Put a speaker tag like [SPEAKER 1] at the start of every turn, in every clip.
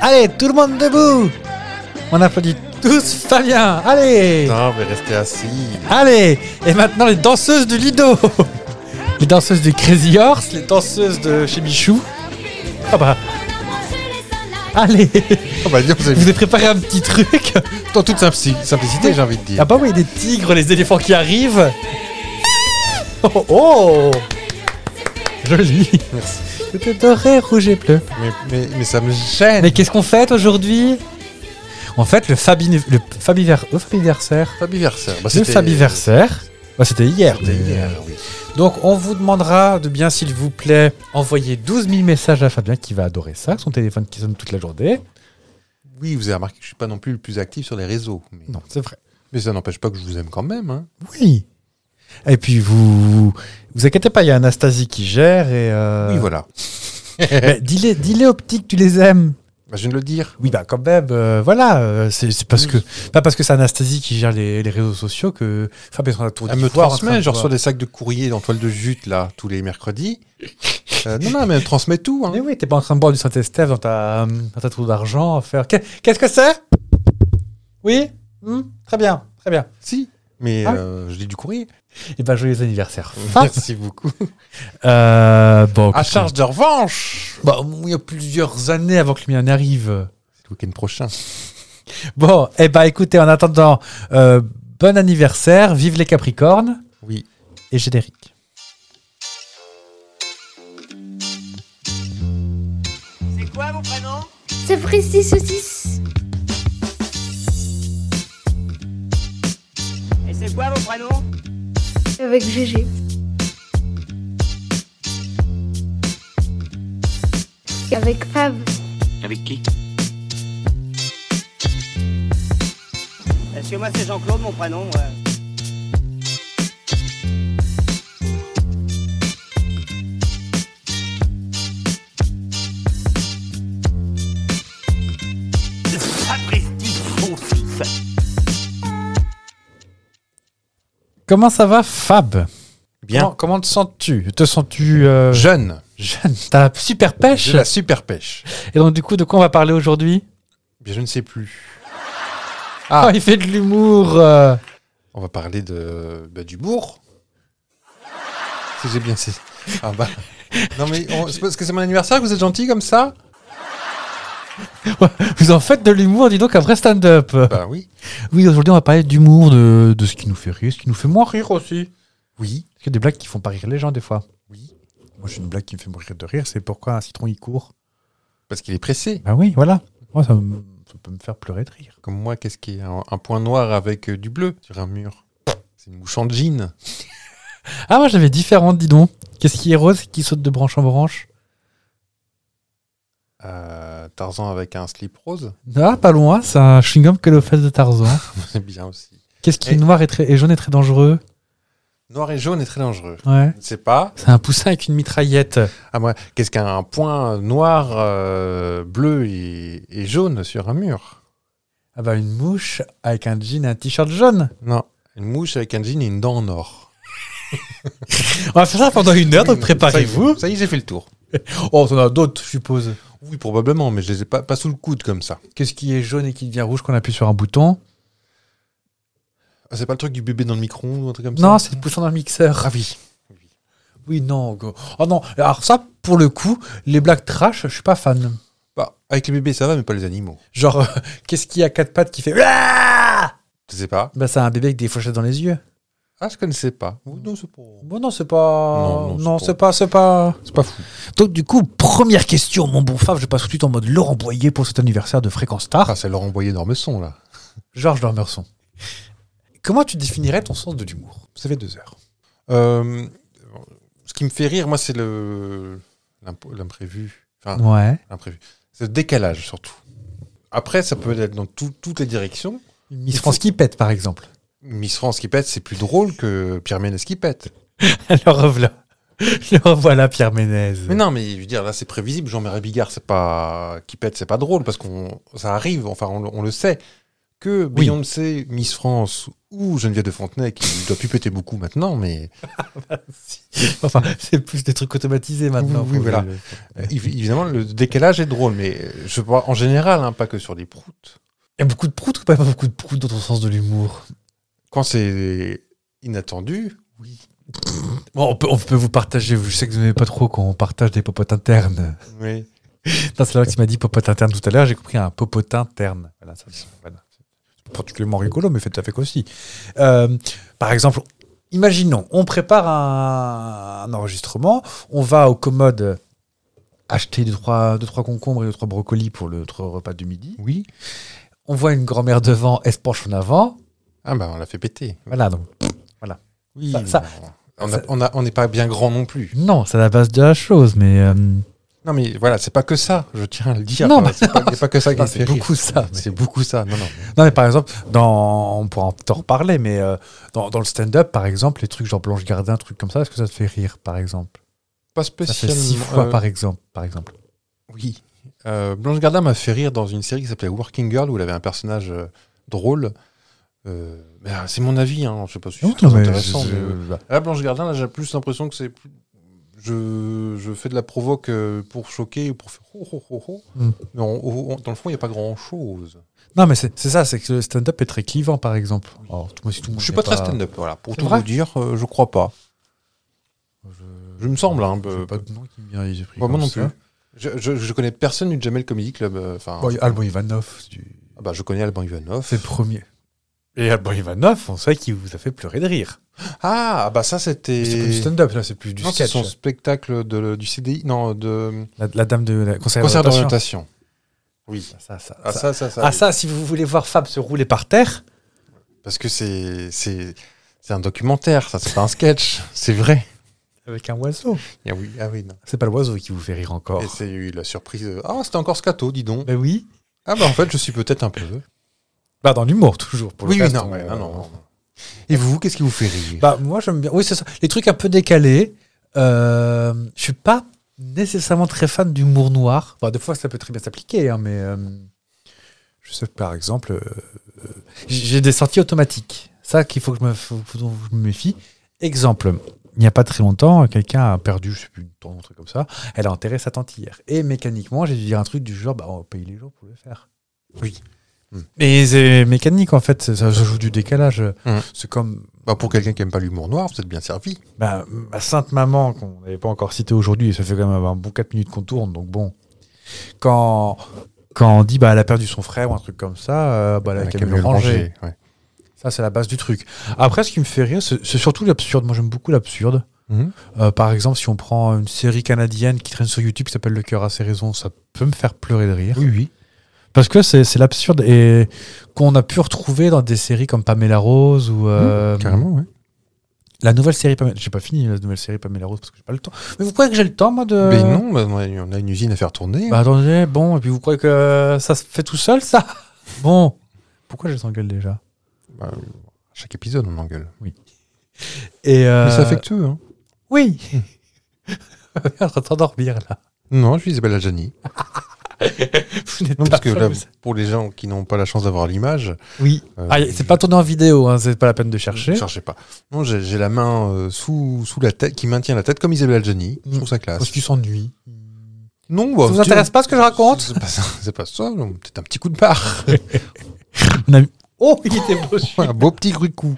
[SPEAKER 1] Allez, tout le monde debout On applaudit tous Fabien Allez
[SPEAKER 2] Putain, mais restez assis.
[SPEAKER 1] Allez Et maintenant, les danseuses du Lido Les danseuses du Crazy Horse, les danseuses de chez Michou. Ah bah Allez
[SPEAKER 2] Oh bah, dis donc, vous
[SPEAKER 1] Je
[SPEAKER 2] avez
[SPEAKER 1] vous ai préparé un petit truc
[SPEAKER 2] dans toute simpli- simplicité, j'ai envie de
[SPEAKER 1] Ah
[SPEAKER 2] dire.
[SPEAKER 1] bah oui, des tigres, les éléphants qui arrivent Oh, oh. Joli
[SPEAKER 2] Merci.
[SPEAKER 1] C'était doré, rouge et bleu.
[SPEAKER 2] Mais, mais, mais ça me gêne.
[SPEAKER 1] Mais qu'est-ce qu'on fête aujourd'hui On fête le Fabi... le Fabiver... le Fabiversaire.
[SPEAKER 2] Fabiversaire. Bah,
[SPEAKER 1] Le
[SPEAKER 2] c'était-
[SPEAKER 1] Fabiversaire. Bah, C'était hier.
[SPEAKER 2] C'était hier, oui.
[SPEAKER 1] Donc, on vous demandera de bien, s'il vous plaît, envoyer 12 000 messages à Fabien qui va adorer ça, son téléphone qui sonne toute la journée.
[SPEAKER 2] Oui, vous avez remarqué que je suis pas non plus le plus actif sur les réseaux. Mais,
[SPEAKER 1] Non, c'est vrai.
[SPEAKER 2] mais ça n'empêche pas que je vous aime quand même. hein.
[SPEAKER 1] Oui. Et puis, vous vous inquiétez pas, il y a Anastasie qui gère. Et euh,
[SPEAKER 2] Oui, voilà.
[SPEAKER 1] mais dis-les, dis-les optiques, tu les aimes.
[SPEAKER 2] Bah, je viens de le dire.
[SPEAKER 1] Oui, bah quand même, euh, voilà. euh, c'est, c'est parce
[SPEAKER 2] Oui.
[SPEAKER 1] que pas parce que c'est Anastasie qui gère les, les réseaux sociaux que Fabien est en tour
[SPEAKER 2] Elle me transmet, je reçois des sacs de courrier dans toile de jute, là, tous les mercredis. Euh, non, non, mais elle me transmet tout. hein.
[SPEAKER 1] Mais Eh oui, t'es pas en train de boire du Saint-Estève dans ta, euh, dans ta trou d'argent à faire. Qu'est- Qu'est-ce que c'est Oui Hmm Très bien, très bien.
[SPEAKER 2] Si, mais
[SPEAKER 1] Ah oui.
[SPEAKER 2] euh, je lis du courrier.
[SPEAKER 1] Et ben, joyeux anniversaire. Fab.
[SPEAKER 2] Merci beaucoup.
[SPEAKER 1] Euh, bon,
[SPEAKER 2] À charge de revanche
[SPEAKER 1] Bah, il y a plusieurs années avant que le mien arrive.
[SPEAKER 2] C'est le week-end prochain.
[SPEAKER 1] Bon, eh ben, écoutez, en attendant, euh, bon anniversaire, vive les Capricornes
[SPEAKER 2] Oui.
[SPEAKER 1] et générique.
[SPEAKER 3] C'est quoi vos prénoms
[SPEAKER 4] C'est Fristy Saucisse.
[SPEAKER 3] Et c'est quoi vos prénoms
[SPEAKER 4] Avec GG. Avec Fab.
[SPEAKER 3] Avec qui Parce que moi c'est Jean-Claude mon prénom. ouais.
[SPEAKER 1] Comment ça va, Fab
[SPEAKER 2] Bien.
[SPEAKER 1] Comment, comment te sens-tu Te sens-tu euh,
[SPEAKER 2] Jeune.
[SPEAKER 1] jeune T'as la super pêche
[SPEAKER 2] J'ai la super pêche.
[SPEAKER 1] Et donc, du coup, de quoi on va parler aujourd'hui
[SPEAKER 2] Bien, je ne sais plus.
[SPEAKER 1] Ah,
[SPEAKER 2] Ah.
[SPEAKER 1] il fait de l'humour euh.
[SPEAKER 2] On va parler de bah, du bourg. Si j'ai bien saisi. Ah bah. Non mais on- c'est parce que c'est mon anniversaire que vous êtes gentil comme ça
[SPEAKER 1] Vous en faites de l'humour, dis donc, un vrai stand-up.
[SPEAKER 2] Bah oui.
[SPEAKER 1] Oui, aujourd'hui, on va parler d'humour, de, de ce qui nous fait rire, ce qui nous fait moins rire aussi.
[SPEAKER 2] Oui.
[SPEAKER 1] Parce qu'il y a des blagues qui font pas rire les gens, des fois.
[SPEAKER 2] Oui.
[SPEAKER 1] Moi, j'ai une blague qui me fait mourir de rire, c'est pourquoi un citron, il court.
[SPEAKER 2] Parce qu'il est pressé.
[SPEAKER 1] Bah oui, voilà. Moi, ça, me- ça peut me faire pleurer de rire.
[SPEAKER 2] Comme moi, qu'est-ce qui est un, un point noir avec euh, du bleu sur un mur C'est une mouche en jean.
[SPEAKER 1] Ah, moi, j'avais différentes, dis donc. Qu'est-ce qui est rose et qui saute de branche en branche
[SPEAKER 2] Euh, Tarzan avec un slip rose.
[SPEAKER 1] Ah, pas loin, c'est un chewing-gum que le fesse de Tarzan.
[SPEAKER 2] C'est bien aussi.
[SPEAKER 1] Qu'est-ce qui est
[SPEAKER 2] Et-
[SPEAKER 1] noir et, très- et jaune et très dangereux
[SPEAKER 2] Noir et jaune est très dangereux.
[SPEAKER 1] Ouais.
[SPEAKER 2] Je ne sais pas.
[SPEAKER 1] C'est un poussin avec une mitraillette.
[SPEAKER 2] Ah moi, qu'est-ce qu'un point noir, euh, bleu et, et jaune sur un mur
[SPEAKER 1] Ah bah une mouche avec un jean et un t-shirt jaune.
[SPEAKER 2] Non, une mouche avec un jean et une dent en or.
[SPEAKER 1] On va faire Ah, ça pendant une heure, donc préparez-vous.
[SPEAKER 2] Ça y est, j'ai fait le tour.
[SPEAKER 1] Oh, on a d'autres, je suppose.
[SPEAKER 2] Oui, probablement, mais je les ai pas, pas sous le coude comme ça.
[SPEAKER 1] Qu'est-ce qui est jaune et qui devient rouge quand on appuie sur un bouton
[SPEAKER 2] Ah, C'est pas le truc du bébé dans le micro-ondes ou un truc comme
[SPEAKER 1] Non,
[SPEAKER 2] ça
[SPEAKER 1] c'est le poussant d'un mixeur.
[SPEAKER 2] Ah oui.
[SPEAKER 1] Oui, non. go. Oh non, alors ça, pour le coup, les blagues trash, je suis pas fan.
[SPEAKER 2] Bah, avec les bébés, ça va, mais pas les animaux.
[SPEAKER 1] Genre, euh, qu'est-ce qui a quatre pattes qui fait Ah
[SPEAKER 2] Je sais pas.
[SPEAKER 1] Bah, c'est un bébé avec des fléchettes dans les yeux.
[SPEAKER 2] Ah, je connaissais pas. Oui, non, c'est pas...
[SPEAKER 1] Bon, non, c'est pas.
[SPEAKER 2] Non, non, c'est
[SPEAKER 1] c'est pas. C'est pas.
[SPEAKER 2] C'est pas fou.
[SPEAKER 1] Donc, du coup, première question, mon bon Fave, je passe tout de suite en mode Laurent Boyer pour cet anniversaire de Fréquence Star.
[SPEAKER 2] Ah, c'est leur envoyer d'Ormesson, là.
[SPEAKER 1] Georges Dormerson. Comment tu définirais ton sens de l'humour
[SPEAKER 2] Ça fait deux heures. Euh, ce qui me fait rire, moi, c'est le... l'impo- l'imprévu. Enfin,
[SPEAKER 1] Ouais.
[SPEAKER 2] l'imprévu. C'est le décalage, surtout. Après, ça peut être dans tout- toutes les directions.
[SPEAKER 1] Miss France qui pète, par exemple.
[SPEAKER 2] Miss France qui pète, c'est plus drôle que Pierre Ménès qui pète.
[SPEAKER 1] Le revoilà. Le revoilà, Pierre Ménez.
[SPEAKER 2] Mais non, mais je veux dire, là, c'est prévisible. Jean-Marie Bigard, c'est pas. Qui pète, c'est pas drôle parce qu'on. Ça arrive, enfin, on, le- on le sait. que
[SPEAKER 1] Oui.
[SPEAKER 2] Beyoncé, Miss France ou Geneviève de Fontenay, qui doit plus péter beaucoup maintenant, mais
[SPEAKER 1] Enfin, c'est plus des trucs automatisés maintenant.
[SPEAKER 2] Oui, oui,
[SPEAKER 1] faut
[SPEAKER 2] voilà.
[SPEAKER 1] le-
[SPEAKER 2] euh, évi- évidemment, le décalage est drôle. Mais je parle en général, hein, pas que sur les proutes.
[SPEAKER 1] Il y a beaucoup de proutes ou pas, pas beaucoup de proutes dans ton sens de l'humour
[SPEAKER 2] Quand c'est inattendu,
[SPEAKER 1] Bon, on peut, on peut vous partager. Je sais que vous n'aimez pas trop quand on partage des popotes internes.
[SPEAKER 2] oui.
[SPEAKER 1] Non, c'est là que tu m'as dit popote interne tout à l'heure. J'ai compris un popotin interne. Voilà, ça, c'est- voilà. C'est particulièrement rigolo, mais faites avec aussi. Euh, par exemple, imaginons, on prépare un, un enregistrement. On va au commode acheter deux trois, deux, trois concombres et deux, trois brocolis pour le notre repas du midi.
[SPEAKER 2] oui.
[SPEAKER 1] On voit une grand-mère devant, elle se penche en avant.
[SPEAKER 2] Ah bah on l'a fait péter.
[SPEAKER 1] Voilà, donc
[SPEAKER 2] Oui.
[SPEAKER 1] Ça- ça-
[SPEAKER 2] on
[SPEAKER 1] ça-
[SPEAKER 2] a- on a- on n'est pas bien grand non plus.
[SPEAKER 1] non, c'est la base de la chose, mais euh,
[SPEAKER 2] Non mais voilà, c'est pas que ça. Je tiens à le dire.
[SPEAKER 1] Non,
[SPEAKER 2] Voilà,
[SPEAKER 1] mais
[SPEAKER 2] c'est pas, c'est pas que ça qui
[SPEAKER 1] non,
[SPEAKER 2] me fait
[SPEAKER 1] c'est
[SPEAKER 2] rire.
[SPEAKER 1] beaucoup ça. mais-
[SPEAKER 2] C'est beaucoup ça. Non non.
[SPEAKER 1] Non, mais par exemple, dans, on pourra en- t'en reparler, mais euh, dans, dans le stand-up, par exemple, les trucs genre Blanche Gardin, trucs comme ça, est-ce que ça te fait rire, par exemple
[SPEAKER 2] Pas
[SPEAKER 1] Ça
[SPEAKER 2] spécialement.
[SPEAKER 1] fait six fois,
[SPEAKER 2] euh,
[SPEAKER 1] par exemple. Par exemple.
[SPEAKER 2] Oui. Euh, Blanche Gardin m'a fait rire dans une série qui s'appelait Working Girl où elle avait un personnage euh, drôle. Euh, ben, c'est mon avis, hein. je sais pas si c'est très intéressant.
[SPEAKER 1] je-
[SPEAKER 2] mais, euh,
[SPEAKER 1] je- bah,
[SPEAKER 2] Là, Blanche Gardin, là, j'ai plus l'impression que c'est. plus- Je, je fais de la provoque euh, pour choquer ou pour faire. oh, ho, ho, ho, ho.
[SPEAKER 1] Mm.
[SPEAKER 2] Mais on- on- on- dans le fond, il n'y a pas grand chose.
[SPEAKER 1] Non, mais c'est c'est ça, c'est que le stand-up est très clivant, par exemple. Alors, tout- moi, si tout le monde
[SPEAKER 2] Je suis
[SPEAKER 1] n'est
[SPEAKER 2] pas très stand-up, voilà. Pour
[SPEAKER 1] C'est
[SPEAKER 2] tout
[SPEAKER 1] vrai
[SPEAKER 2] vous dire, euh, je crois pas.
[SPEAKER 1] Je,
[SPEAKER 2] Je me semble, hein.
[SPEAKER 1] je
[SPEAKER 2] peu-
[SPEAKER 1] sais pas de nom qui me vient, j'ai pris
[SPEAKER 2] Moi
[SPEAKER 1] comme
[SPEAKER 2] non plus.
[SPEAKER 1] ça.
[SPEAKER 2] Je, je, je connais personne du Jamel Comedy Club. euh, Enfin,
[SPEAKER 1] Bon, il y a Alban Ivanov, c'est du-
[SPEAKER 2] ah bah, je connais Alban Ivanov.
[SPEAKER 1] c'est le premier. Et Alban Ivanov, on sait qu'il vous a fait pleurer de rire.
[SPEAKER 2] Ah, bah ça,
[SPEAKER 1] C'est pas du
[SPEAKER 2] c'était.
[SPEAKER 1] stand-up, là, c'est plus du
[SPEAKER 2] Non, c'est
[SPEAKER 1] sketch.
[SPEAKER 2] son spectacle de, du CDI, non, de
[SPEAKER 1] La, la dame de la conseillère
[SPEAKER 2] concert
[SPEAKER 1] d'orientation.
[SPEAKER 2] d'orientation. Oui.
[SPEAKER 1] Ça, ça,
[SPEAKER 2] Ah
[SPEAKER 1] ça.
[SPEAKER 2] ça, ça, ça.
[SPEAKER 1] Ah
[SPEAKER 2] oui.
[SPEAKER 1] ça, si vous voulez voir Fab se rouler par terre,
[SPEAKER 2] Parce que c'est c'est c'est un documentaire, ça c'est pas un sketch, c'est vrai.
[SPEAKER 1] avec un oiseau.
[SPEAKER 2] Ah oui, ah oui. Non.
[SPEAKER 1] C'est pas l'oiseau qui vous fait rire encore.
[SPEAKER 2] Et c'est eu la surprise. euh, Ah, c'était encore Scato, dis donc.
[SPEAKER 1] Ben oui.
[SPEAKER 2] Ah bah en fait, je suis peut-être un peu.
[SPEAKER 1] Bah dans l'humour toujours. Pour
[SPEAKER 2] Oui,
[SPEAKER 1] le
[SPEAKER 2] oui,
[SPEAKER 1] reste,
[SPEAKER 2] non,
[SPEAKER 1] on-
[SPEAKER 2] mais non, non, non. Et vous, qu'est-ce qui vous fait rire
[SPEAKER 1] Bah moi j'aime bien. Oui c'est ça. Les trucs un peu décalés. Euh, je suis pas nécessairement très fan d'humour noir. Enfin, des fois ça peut très bien s'appliquer, hein, mais euh, je sais que, par exemple euh, euh, j'ai des sorties automatiques. Ça qu'il faut que je me, faut- faut- dont je me méfie. Exemple. Il n'y a pas très longtemps, quelqu'un a perdu, je sais plus, une tante, un truc comme ça. Elle a enterré sa tante hier. Et mécaniquement, j'ai dû dire un truc du genre, bah, on paye les gens pour le faire.
[SPEAKER 2] Oui. Hmm.
[SPEAKER 1] Mais c'est mécanique, en fait. Ça, ça joue du décalage.
[SPEAKER 2] Hmm.
[SPEAKER 1] C'est comme
[SPEAKER 2] Bah pour quelqu'un qui aime pas l'humour noir, vous êtes bien servi.
[SPEAKER 1] bah, ma sainte maman, qu'on n'avait pas encore citée aujourd'hui, ça fait quand même un bon 4 minutes qu'on tourne, donc bon. Quand, quand on dit bah, elle a perdu son frère ou un truc comme ça, euh, bah, elle a
[SPEAKER 2] Avec
[SPEAKER 1] qu'à mieux
[SPEAKER 2] Camille
[SPEAKER 1] le ranger. Mmh.
[SPEAKER 2] Ranger, ouais.
[SPEAKER 1] Ça, c'est la base du truc. Après, ce qui me fait rire, c'est c'est surtout l'absurde. Moi, j'aime beaucoup l'absurde.
[SPEAKER 2] Mhm.
[SPEAKER 1] Euh, par exemple, si on prend une série canadienne qui traîne sur YouTube qui s'appelle Le cœur a ses raisons, ça peut me faire pleurer de rire.
[SPEAKER 2] Oui, oui.
[SPEAKER 1] Parce que c'est c'est l'absurde et qu'on a pu retrouver dans des séries comme Pamela Rose ou. euh,
[SPEAKER 2] Mhm, Carrément, ouais.
[SPEAKER 1] la nouvelle série Pamela. J'ai pas fini la nouvelle série Pamela Rose parce que j'ai pas le temps. Mais vous croyez que j'ai le temps, moi, de.
[SPEAKER 2] Mais non, bah, on a une- on a une usine à faire tourner.
[SPEAKER 1] Euh. Bah attendez, bon, et puis vous croyez que ça se fait tout seul, ça Bon. Pourquoi je les engueule déjà
[SPEAKER 2] Bah, à chaque épisode, on engueule.
[SPEAKER 1] et euh,
[SPEAKER 2] Mais c'est affectueux, hein.
[SPEAKER 1] Oui Je suis en train de t'endormir, là.
[SPEAKER 2] Non, je suis Isabelle Adjani.
[SPEAKER 1] Vous n'êtes
[SPEAKER 2] Non,
[SPEAKER 1] pas
[SPEAKER 2] parce que là,
[SPEAKER 1] comme ça.
[SPEAKER 2] pour les gens qui n'ont pas la chance d'avoir l'image,
[SPEAKER 1] Oui.
[SPEAKER 2] euh,
[SPEAKER 1] Ah, c'est pas tourné en vidéo, hein, c'est pas la peine de
[SPEAKER 2] je-
[SPEAKER 1] chercher.
[SPEAKER 2] Cherchez pas. Non, j'ai j'ai la main euh, sous, sous la tête, qui maintient la tête comme Isabelle Adjani. Je
[SPEAKER 1] Mm.
[SPEAKER 2] trouve ça classe.
[SPEAKER 1] Parce qu'ils s'ennuient.
[SPEAKER 2] Non, bah,
[SPEAKER 1] Ça vous intéresse pas ce que je raconte
[SPEAKER 2] C'est pas ça, c'est pas ça, non, peut-être un petit coup de barre.
[SPEAKER 1] Oh, il était beau celui-là.
[SPEAKER 2] un beau petit grucou.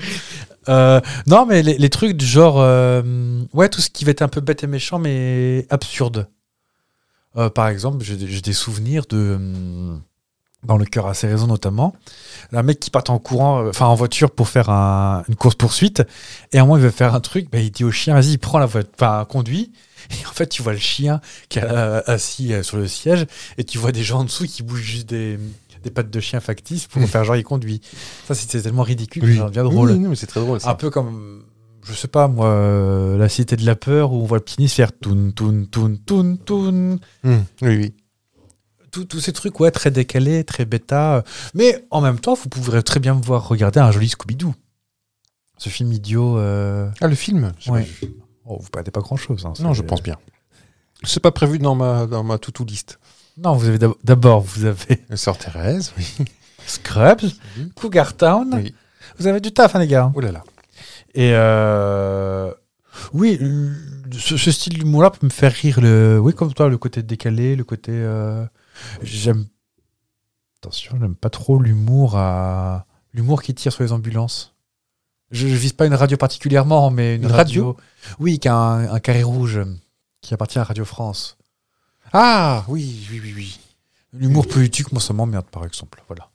[SPEAKER 1] Euh, non, mais les, les trucs du genre. euh, ouais, tout ce qui va être un peu bête et méchant, mais absurde. Euh, par exemple, j'ai des- j'ai des souvenirs de. hum, Dans le cœur à ses raisons, notamment. Un mec qui part en courant, euh, enfin en voiture pour faire un- une course-poursuite. Et à un moment, il veut faire un truc. bah, il dit au chien vas-y, prends la voiture. Enfin, conduis. Et en fait, tu vois le chien qui est euh, assis euh, sur le siège. Et tu vois des gens en dessous qui bougent juste des, des pattes de chien factices pour faire genre il conduit. Ça, c'était tellement ridicule. que Ça devient drôle.
[SPEAKER 2] Oui, non, mais c'est très drôle.
[SPEAKER 1] Un
[SPEAKER 2] Ça.
[SPEAKER 1] peu comme, je sais pas moi, euh, la cité de la peur où on voit le petit Nice faire toun, toun, toun, toun, toun.
[SPEAKER 2] Mm, Oui, oui.
[SPEAKER 1] Tous tous ces trucs, ouais, très décalés, très bêta. Mais en même temps, vous pourrez très bien me voir regarder un joli Scooby-Doo. Ce film idiot. euh,
[SPEAKER 2] Ah, le film j'ai
[SPEAKER 1] ouais.
[SPEAKER 2] pas vu.
[SPEAKER 1] Oh, vous perdez pas grand chose.
[SPEAKER 2] Non, je pense bien. C'est pas prévu dans ma, dans ma to-do list.
[SPEAKER 1] Non, vous avez d'ab- d'abord, vous avez
[SPEAKER 2] Sœur Thérèse, oui.
[SPEAKER 1] Scrubs,
[SPEAKER 2] Mhm.
[SPEAKER 1] Cougar Town.
[SPEAKER 2] Oui.
[SPEAKER 1] Vous avez du taf, hein, les gars.
[SPEAKER 2] Oh là là.
[SPEAKER 1] Et euh, oui, euh, ce, ce style d'humour-là peut me faire rire. Le, oui, comme toi, le côté décalé, le côté. euh, j'aime. Attention, j'aime pas trop l'humour à l'humour qui tire sur les ambulances. Je, je vise pas une radio particulièrement, mais une,
[SPEAKER 2] Une
[SPEAKER 1] radio,
[SPEAKER 2] radio
[SPEAKER 1] Oui, qui a un, un carré rouge euh, qui appartient à Radio France.
[SPEAKER 2] Ah oui, oui, oui, oui.
[SPEAKER 1] L'humour politique, moi, ça m'emmerde, par exemple. Voilà.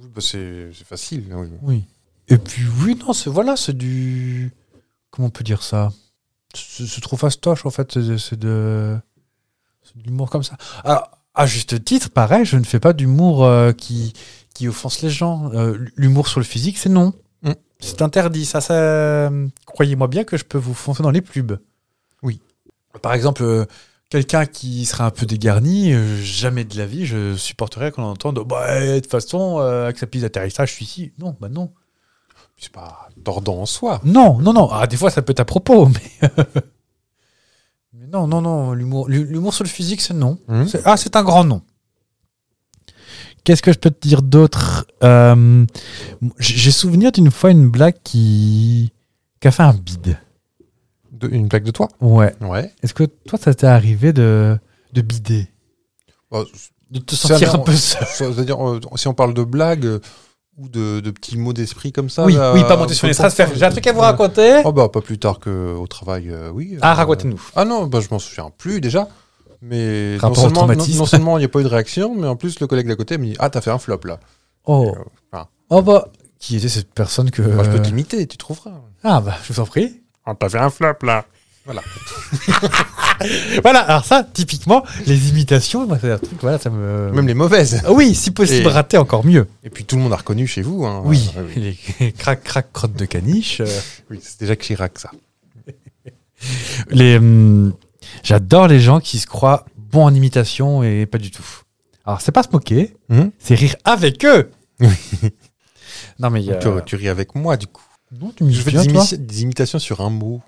[SPEAKER 2] Oui, bah, c'est c'est facile. hein, oui.
[SPEAKER 1] Oui. Et puis oui, non, c'est voilà, c'est du. Comment on peut dire ça C'est c'est trop fastoche en fait, c'est c'est de. C'est de l'humour comme ça. Alors, à juste titre, pareil, je ne fais pas d'humour euh, qui, qui offense les gens. Euh, l'humour sur le physique, c'est non.
[SPEAKER 2] Mm.
[SPEAKER 1] C'est interdit. Ça, ça. euh, Croyez-moi bien que je peux vous foncer dans les pubs.
[SPEAKER 2] Oui.
[SPEAKER 1] Par exemple. euh, Quelqu'un qui sera un peu dégarni, euh, jamais de la vie, je supporterais qu'on entende bah, de toute façon, euh, avec sa piste d'atterrissage, je suis ici. Non, bah non.
[SPEAKER 2] C'est pas tordant en soi.
[SPEAKER 1] Non, non, non. Ah, des fois, ça peut être à propos, mais. mais non, non, non. L'humour, l'hu- l'humour sur le physique, c'est non.
[SPEAKER 2] Mhm.
[SPEAKER 1] C'est- Ah, c'est un grand non. Qu'est-ce que je peux te dire d'autre Euh, J'ai j'ai souvenir d'une fois une blague qui. qui a fait un bide.
[SPEAKER 2] De- une plaque de toi
[SPEAKER 1] Ouais.
[SPEAKER 2] Ouais.
[SPEAKER 1] Est-ce que toi, ça t'est arrivé de, de bider
[SPEAKER 2] Bah,
[SPEAKER 1] De te
[SPEAKER 2] Ça,
[SPEAKER 1] sentir
[SPEAKER 2] non.
[SPEAKER 1] un peu seul
[SPEAKER 2] Ça, C'est-à-dire, euh, si on parle de blagues euh, ou de, de petits mots d'esprit comme ça.
[SPEAKER 1] Oui, euh,
[SPEAKER 2] là, euh,
[SPEAKER 1] oui, pas monter sur les strates, faire. J'ai un truc à vous raconter.
[SPEAKER 2] Oh bah, pas plus tard qu'au travail, euh, oui.
[SPEAKER 1] Ah,
[SPEAKER 2] euh,
[SPEAKER 1] racontez-nous.
[SPEAKER 2] Ah non, bah, je m'en souviens plus déjà. Mais non
[SPEAKER 1] Rapport au
[SPEAKER 2] seulement, non,
[SPEAKER 1] traumatisme.
[SPEAKER 2] non seulement il n'y a pas eu de réaction, mais en plus le collègue d'à côté me dit Ah, t'as fait un flop là.
[SPEAKER 1] Oh. euh.
[SPEAKER 2] Euh, ah.
[SPEAKER 1] Oh, bah. Qui était cette personne que.
[SPEAKER 2] Moi, je peux t'imiter, tu trouveras.
[SPEAKER 1] Ah, bah, je vous en prie.
[SPEAKER 2] Ah, t'as fait un flop là. Voilà.
[SPEAKER 1] Voilà, alors ça, typiquement, les imitations, moi, c'est un truc, voilà, ça me.
[SPEAKER 2] Euh, Même les mauvaises.
[SPEAKER 1] Ah Oui, si possible,
[SPEAKER 2] Et-
[SPEAKER 1] raté, encore mieux.
[SPEAKER 2] Et puis tout le monde a reconnu chez vous. hein.
[SPEAKER 1] oui,
[SPEAKER 2] Ah, oui.
[SPEAKER 1] les crac, crac, crotte de caniche. euh,
[SPEAKER 2] Oui, c'est déjà Chirac ça.
[SPEAKER 1] les, hum, J'adore les gens qui se croient bons en imitation et pas du tout. Alors, c'est pas se moquer,
[SPEAKER 2] Hum.
[SPEAKER 1] c'est rire avec eux. non, mais.
[SPEAKER 2] Tu, tu ris avec moi du coup.
[SPEAKER 1] Non, tu me
[SPEAKER 2] Je fais des, imi- des imitations sur un mot.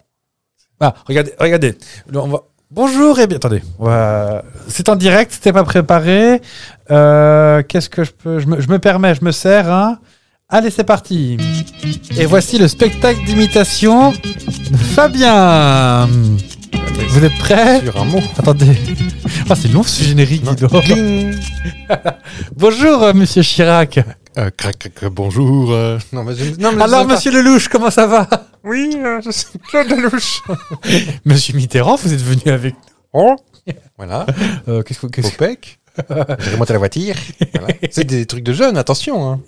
[SPEAKER 1] Ah, regardez, regardez. Là, on va- Bonjour et bien. Attendez, on va- c'est en direct, c'était pas préparé. Euh, Qu'est-ce que je peux. Je me, je me permets, je me sers. hein. Allez, c'est parti. Et voici le spectacle d'imitation de Fabien. Vous êtes prêts
[SPEAKER 2] Sur un mot.
[SPEAKER 1] Attendez. Ah, c'est long ce générique, dis donc. Bonjour, euh, monsieur Chirac.
[SPEAKER 2] Euh, crac, crac, crac, bonjour. euh. Non, mais je- non, mais je
[SPEAKER 1] Alors,
[SPEAKER 2] sais pas.
[SPEAKER 1] monsieur Lelouch, comment ça va
[SPEAKER 2] Oui, euh, je suis Claude Lelouch.
[SPEAKER 1] Monsieur Mitterrand, vous êtes venu avec.
[SPEAKER 2] Oh. Voilà,
[SPEAKER 1] Euh, Qu'est-ce que. qu'est-ce que-
[SPEAKER 2] Popec. Je remonte à la voiture. Voilà. C'est des trucs de jeunes, attention. Hein.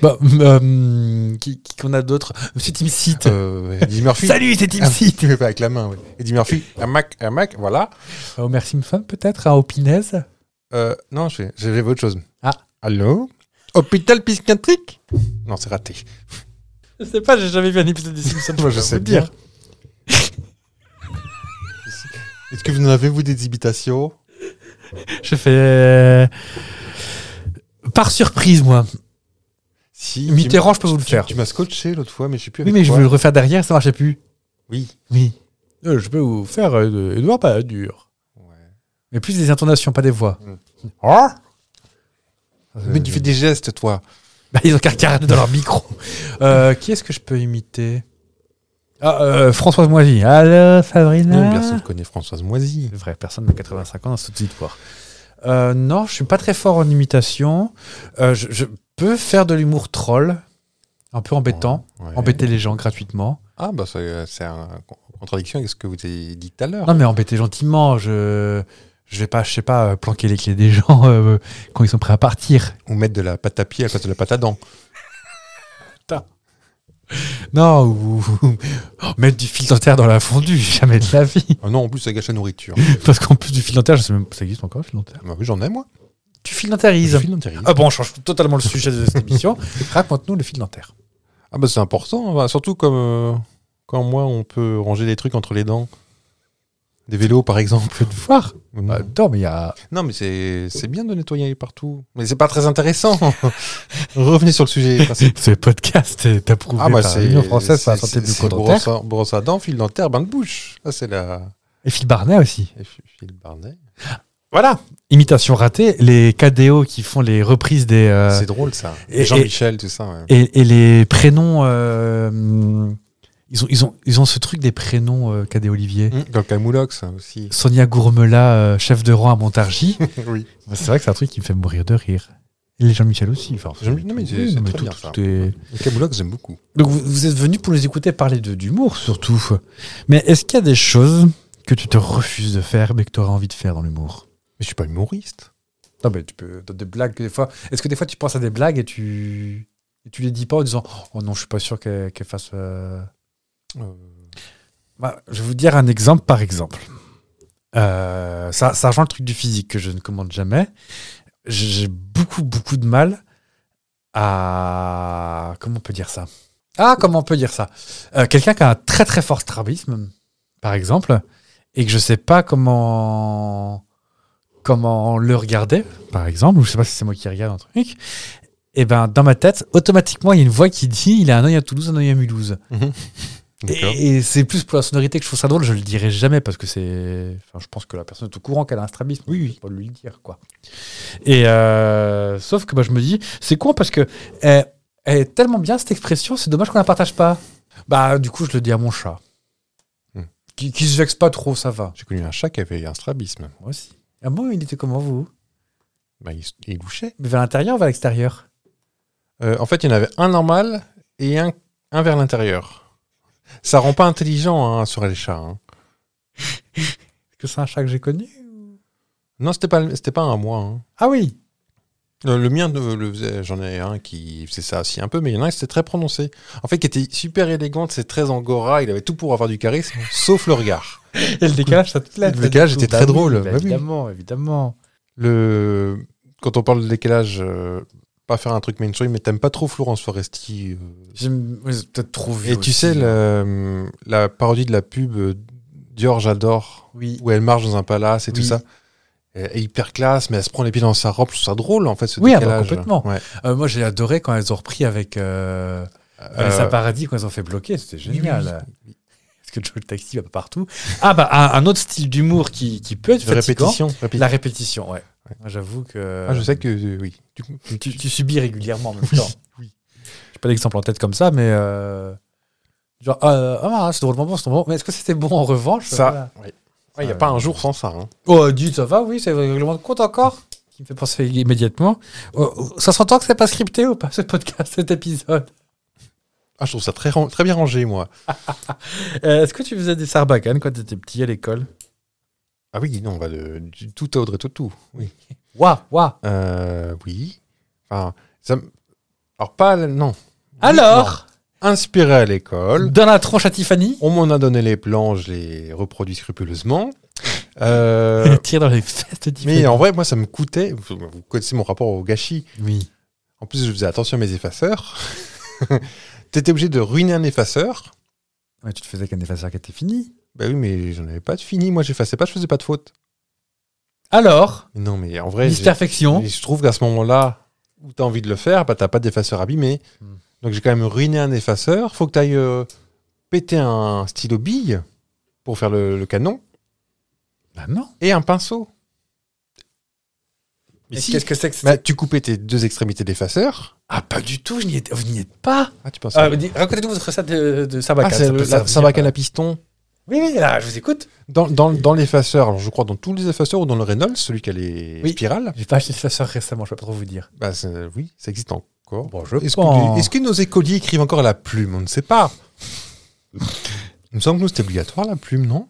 [SPEAKER 1] Bah, euh, qui qui- qu'on a d'autres Monsieur Tim Seat.
[SPEAKER 2] Euh, Eddie Murphy.
[SPEAKER 1] Salut, c'est Tim
[SPEAKER 2] Ah,
[SPEAKER 1] Seat.
[SPEAKER 2] Tu fais pas avec la main, oui. Eddie Murphy, un Mac, un Mac, voilà. Oh,
[SPEAKER 1] Homer Simpson, peut-être, à Opinez.
[SPEAKER 2] Euh, non, je fais- j'avais autre chose.
[SPEAKER 1] Ah.
[SPEAKER 2] Allô Hôpital psychiatrique Non, c'est raté.
[SPEAKER 1] Je sais pas, j'ai jamais vu un épisode des Simpsons.
[SPEAKER 2] Moi, je sais bien. Est-ce que vous en avez, vous, des imitations
[SPEAKER 1] Je fais. euh, Par surprise, moi.
[SPEAKER 2] Si. tu m-
[SPEAKER 1] Mitterrand, je peux vous le
[SPEAKER 2] tu-
[SPEAKER 1] faire.
[SPEAKER 2] Tu m'as scotché l'autre fois, mais je sais plus.
[SPEAKER 1] Oui,
[SPEAKER 2] avec
[SPEAKER 1] mais je
[SPEAKER 2] quoi. Euh,
[SPEAKER 1] veux le refaire derrière, ça marchait plus.
[SPEAKER 2] Oui.
[SPEAKER 1] Oui. je peux vous faire
[SPEAKER 2] euh,
[SPEAKER 1] Edouard Balladur.
[SPEAKER 2] Ouais.
[SPEAKER 1] Mais plus des intonations, pas des voix.
[SPEAKER 2] Hein
[SPEAKER 1] Euh,
[SPEAKER 2] Mais tu fais des gestes, toi.
[SPEAKER 1] Bah, ils ont qu'à regarder dans leur micro. Euh, qui est-ce que je peux imiter Ah, euh, Françoise Moisy. Allô, Sabrina
[SPEAKER 2] Non, personne ne connaît Françoise Moisy.
[SPEAKER 1] C'est vrai, personne de 85 ans dans ce petit voir. Euh, non, je suis pas très fort en imitation. Euh, je, je peux faire de l'humour troll, un peu embêtant,
[SPEAKER 2] Ouais.
[SPEAKER 1] embêter les gens gratuitement.
[SPEAKER 2] Ah, bah, c'est c'est un- en contradiction avec ce que vous avez dit tout à l'heure.
[SPEAKER 1] Non, mais embêter gentiment. Je je vais pas, je sais pas, euh, planquer les clés des gens euh, quand ils sont prêts à partir.
[SPEAKER 2] Ou mettre de la pâte à pied à la place de la pâte à dents.
[SPEAKER 1] Non, ou, ou- oh, mettre du fil dentaire dans la fondue, jamais de la vie.
[SPEAKER 2] Ah non, en plus, ça gâche la nourriture.
[SPEAKER 1] Parce qu'en plus du fil dentaire, je sais même, ça existe encore, le fil dentaire.
[SPEAKER 2] bah, oui, j'en ai, moi.
[SPEAKER 1] Tu fil dentarises.
[SPEAKER 2] Je file l'intérieur.
[SPEAKER 1] Ah bon, on change totalement le sujet de cette émission. Raconte-nous le fil dentaire.
[SPEAKER 2] Ah, bah, c'est important. bah, surtout comme, euh, quand moi, on peut ranger des trucs entre les dents. Des vélos, par exemple.
[SPEAKER 1] Peu de voir.
[SPEAKER 2] Non.
[SPEAKER 1] Ah, non, mais il y a
[SPEAKER 2] Non, mais c'est c'est bien de nettoyer partout. Mais c'est pas très intéressant. Revenez sur le sujet. principal.
[SPEAKER 1] Ce podcast est approuvé
[SPEAKER 2] Ah, bah,
[SPEAKER 1] par
[SPEAKER 2] c'est.
[SPEAKER 1] l'Union française pour la
[SPEAKER 2] c'est-
[SPEAKER 1] santé
[SPEAKER 2] c'est- c'est
[SPEAKER 1] bucco-dentaire.
[SPEAKER 2] brosse à- Brosse à dents, fil dentaire, bain de bouche. Ah, c'est la.
[SPEAKER 1] Et Phil Barnet aussi.
[SPEAKER 2] Et Phil Barnet.
[SPEAKER 1] Voilà, imitation ratée, les KDO qui font les reprises des. euh,
[SPEAKER 2] C'est drôle ça.
[SPEAKER 1] et-
[SPEAKER 2] Jean-Michel, tout ça. ouais.
[SPEAKER 1] et, et les prénoms. euh, hum, ils, ont, ils, ont, ils ont ce truc des prénoms euh, KDO Olivier.
[SPEAKER 2] Mmh, Dans le Camoulox ça, aussi.
[SPEAKER 1] Sonia Gourmela, euh, chef de rang à Montargis.
[SPEAKER 2] oui.
[SPEAKER 1] Bah, c'est vrai que c'est un truc qui me fait mourir de rire. Et les Jean-Michel aussi, forcément.
[SPEAKER 2] Jean- non, mais c'est-
[SPEAKER 1] Oui,
[SPEAKER 2] c'est
[SPEAKER 1] mais
[SPEAKER 2] très
[SPEAKER 1] tout-
[SPEAKER 2] bien,
[SPEAKER 1] tout
[SPEAKER 2] ça.
[SPEAKER 1] est-
[SPEAKER 2] Le Camoulox, j'aime beaucoup.
[SPEAKER 1] Donc vous, vous êtes venu pour nous écouter parler de d'humour surtout. Mais est-ce qu'il y a des choses que tu te refuses de faire mais que tu aurais envie de faire dans l'humour
[SPEAKER 2] Mais je suis pas humoriste.
[SPEAKER 1] Non mais tu peux des blagues des fois. Est-ce que des fois tu penses à des blagues et tu et tu les dis pas en disant oh non je suis pas sûr qu'elle qu'elle fasse. euh.
[SPEAKER 2] Euh,
[SPEAKER 1] Bah, je vais vous dire un exemple par exemple. Euh, ça ça rejoint le truc du physique que je ne commande jamais. J'ai j'ai beaucoup beaucoup de mal à comment on peut dire ça Ah comment on peut dire ça Euh, Quelqu'un qui a un très très fort strabisme par exemple et que je sais pas comment comment le regarder par exemple ou je sais pas si c'est moi qui regarde un truc et ben dans ma tête automatiquement il y a une voix qui dit il a un œil à Toulouse un œil à Mulhouse
[SPEAKER 2] D'accord.
[SPEAKER 1] et, et c'est plus pour la sonorité que je trouve ça drôle je le dirai jamais parce que c'est enfin je pense que la personne est au courant qu'elle a un strabisme oui oui pas lui le dire quoi et euh, sauf que bah, je me dis c'est con parce que elle, elle est tellement bien cette expression c'est dommage qu'on la partage pas bah du coup je le dis à mon chat
[SPEAKER 2] Hmm.
[SPEAKER 1] qui, qui se vexe pas trop ça va
[SPEAKER 2] J'ai connu un chat qui avait un strabisme.
[SPEAKER 1] moi aussi. Ah bon, il était comment vous
[SPEAKER 2] Bah, il, s- il louchait.
[SPEAKER 1] Vers l'intérieur ou vers l'extérieur
[SPEAKER 2] Euh, en fait, il y en avait un normal et un, un vers l'intérieur. Ça rend pas intelligent hein, sur les chats. hein.
[SPEAKER 1] Est-ce que c'est un chat que j'ai connu
[SPEAKER 2] Non, c'était pas, le- c'était pas un mois. hein.
[SPEAKER 1] Ah oui
[SPEAKER 2] Le, le mien, euh, le faisait- j'en ai un qui faisait ça aussi un peu, mais il y en a un qui c'était très prononcé. En fait, qui était super élégante, c'est très angora, il avait tout pour avoir du charisme, sauf le regard.
[SPEAKER 1] Et le décalage, ça te
[SPEAKER 2] Le décalage était très drôle, bah oui.
[SPEAKER 1] évidemment, évidemment.
[SPEAKER 2] Le... Quand on parle de décalage, euh, pas faire un truc mainstream, mais t'aimes pas trop Florence Foresti. euh.
[SPEAKER 1] J'aime ouais, c'est peut-être trop vu
[SPEAKER 2] Et tu
[SPEAKER 1] aussi.
[SPEAKER 2] sais, le- la parodie de la pub euh, Dior, j'adore,
[SPEAKER 1] Oui.
[SPEAKER 2] où elle marche dans un palace et tout
[SPEAKER 1] Oui.
[SPEAKER 2] ça. Et- et hyper classe, mais elle se prend les pieds dans sa robe, je trouve ça drôle en fait ce
[SPEAKER 1] Oui, ah bah,
[SPEAKER 2] décalage.
[SPEAKER 1] complètement.
[SPEAKER 2] Ouais.
[SPEAKER 1] Euh, moi, j'ai adoré quand elles ont repris avec euh, Vanessa
[SPEAKER 2] Euh,
[SPEAKER 1] Paradis, quand elles ont fait bloquer, c'était
[SPEAKER 2] oui,
[SPEAKER 1] génial.
[SPEAKER 2] oui.
[SPEAKER 1] Parce que Joe le taxi va pas partout. Ah bah, un, un autre style d'humour qui, qui peut être
[SPEAKER 2] De
[SPEAKER 1] fatigant,
[SPEAKER 2] répétition. répétition.
[SPEAKER 1] La répétition, ouais. Moi, J'avoue que...
[SPEAKER 2] Ah, je sais que euh, oui. Du coup,
[SPEAKER 1] tu, tu subis régulièrement en même temps. J'ai pas d'exemple en tête comme ça, mais. euh, genre, euh, ah, c'est drôlement bon, c'est drôlement bon. Mais est-ce que c'était bon en revanche
[SPEAKER 2] Ça, il n'y a
[SPEAKER 1] Euh,
[SPEAKER 2] pas un jour sans ça. hein.
[SPEAKER 1] Voilà. Oh, dit, ça va, oui, c'est le règlement de compte encore qui me fait penser immédiatement. Oh, oh, ça s'entend que c'est pas scripté ou pas ce podcast, cet épisode
[SPEAKER 2] Ah, je trouve ça très, ran- très bien rangé, moi.
[SPEAKER 1] Euh, Est-ce que tu faisais des sarbacanes quand t'étais petit à l'école
[SPEAKER 2] Ah oui, non, on va de du tout à Audrey Tautou. Oui.
[SPEAKER 1] Waouh, waouh
[SPEAKER 2] Euh, oui. Enfin, ça me- Alors, pas. à la- Non.
[SPEAKER 1] Alors,
[SPEAKER 2] Non. Inspiré à l'école.
[SPEAKER 1] dans la tronche à Tiffany
[SPEAKER 2] On m'en a donné les plans, je les reproduis scrupuleusement. Euh,
[SPEAKER 1] Elle tire dans les fesses de Tiffany.
[SPEAKER 2] mais en vrai, moi, ça me coûtait. Vous vous connaissez mon rapport au gâchis.
[SPEAKER 1] Oui.
[SPEAKER 2] En plus, je faisais attention à mes effaceurs. T'étais obligé de ruiner un effaceur.
[SPEAKER 1] Ouais, tu te faisais qu'un effaceur qui était fini.
[SPEAKER 2] Bah oui, mais j'en avais pas de fini. Moi, j'effaçais pas, je faisais pas de faute.
[SPEAKER 1] Alors,
[SPEAKER 2] Non, mais en vrai, j'ai-
[SPEAKER 1] l'hyperfection.
[SPEAKER 2] mais je trouve qu'à ce moment-là, où tu as envie de le faire, bah, tu pas d'effaceur abîmé.
[SPEAKER 1] Hmm.
[SPEAKER 2] Donc j'ai quand même ruiné un effaceur. faut que tu ailles péter un stylo bille pour faire le, le canon
[SPEAKER 1] Bah non.
[SPEAKER 2] et un pinceau. Mais
[SPEAKER 1] Et
[SPEAKER 2] si,
[SPEAKER 1] Qu'est-ce que c'est que
[SPEAKER 2] bah, tu coupais tes deux extrémités d'effaceur.
[SPEAKER 1] Ah, pas du tout, je n'y étais- vous n'y êtes pas.
[SPEAKER 2] Ah, tu penses à-
[SPEAKER 1] Ah, dis- Racontez-nous votre recette de, de
[SPEAKER 2] Ah,
[SPEAKER 1] sarbacane.
[SPEAKER 2] c'est
[SPEAKER 1] ça peut
[SPEAKER 2] le- la
[SPEAKER 1] servir.
[SPEAKER 2] sarbacane à piston.
[SPEAKER 1] Oui, oui, là, je vous écoute.
[SPEAKER 2] Dans, dans, dans l'effaceur, alors je crois dans tous les effaceurs ou dans le Reynolds, celui qui a les
[SPEAKER 1] Oui.
[SPEAKER 2] spirales,
[SPEAKER 1] J'ai pas acheté ça sœur récemment, je peux pas trop vous dire.
[SPEAKER 2] bah, c'est- oui, ça existe encore.
[SPEAKER 1] Bon, je
[SPEAKER 2] Est-ce
[SPEAKER 1] pense.
[SPEAKER 2] que, est-ce que nos écoliers écrivent encore à la plume On ne sait pas. Il me semble que nous, c'était obligatoire, la plume, non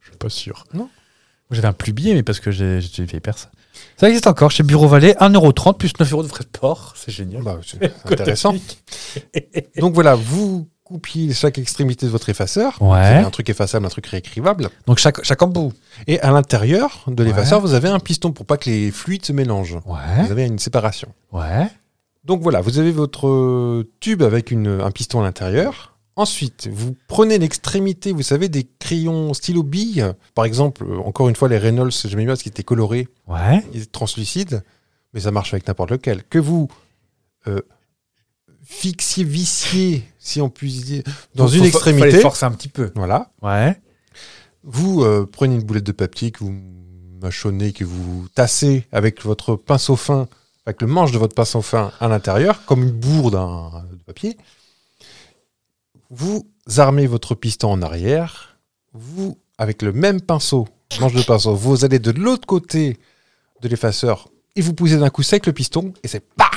[SPEAKER 1] Je suis pas sûr.
[SPEAKER 2] Non.
[SPEAKER 1] J'avais un plubier, mais parce que j'ai j'ai vieille personne. Ça existe encore chez Bureau Vallée, 1,30€ plus 9€ de frais de port. C'est génial.
[SPEAKER 2] Bah, C'est intéressant. Donc voilà, vous coupiez chaque extrémité de votre effaceur. Vous avez
[SPEAKER 1] Ouais.
[SPEAKER 2] un truc effaçable, un truc réécrivable.
[SPEAKER 1] Donc chaque, chaque embout.
[SPEAKER 2] Et à l'intérieur de l'effaceur, vous avez un piston pour pas que les fluides se mélangent.
[SPEAKER 1] Ouais.
[SPEAKER 2] Vous avez une séparation.
[SPEAKER 1] Ouais.
[SPEAKER 2] Donc voilà, vous avez votre euh, tube avec une- un piston à l'intérieur. Ensuite, vous prenez l'extrémité, vous savez, des crayons stylo billes. Par exemple, euh, encore une fois, les Reynolds, j'aimais bien parce qu'ils étaient colorés.
[SPEAKER 1] Ouais.
[SPEAKER 2] il est translucide, mais ça marche avec n'importe lequel. Que vous euh, fixiez, vissiez, si on puisse dire, dans
[SPEAKER 1] Faut-
[SPEAKER 2] une
[SPEAKER 1] faut-
[SPEAKER 2] extrémité,
[SPEAKER 1] Fallait forcer un petit peu.
[SPEAKER 2] voilà,
[SPEAKER 1] Ouais.
[SPEAKER 2] vous euh, prenez une boulette de papier que vous mâchonnez, que vous tassez avec votre pinceau fin, avec le manche de votre pinceau fin à l'intérieur, comme une bourre d'un- de papier, vous armez votre piston en arrière, vous, avec le même pinceau, manche de pinceau, vous allez de l'autre côté de l'effaceur et vous poussez d'un coup sec le piston et c'est pas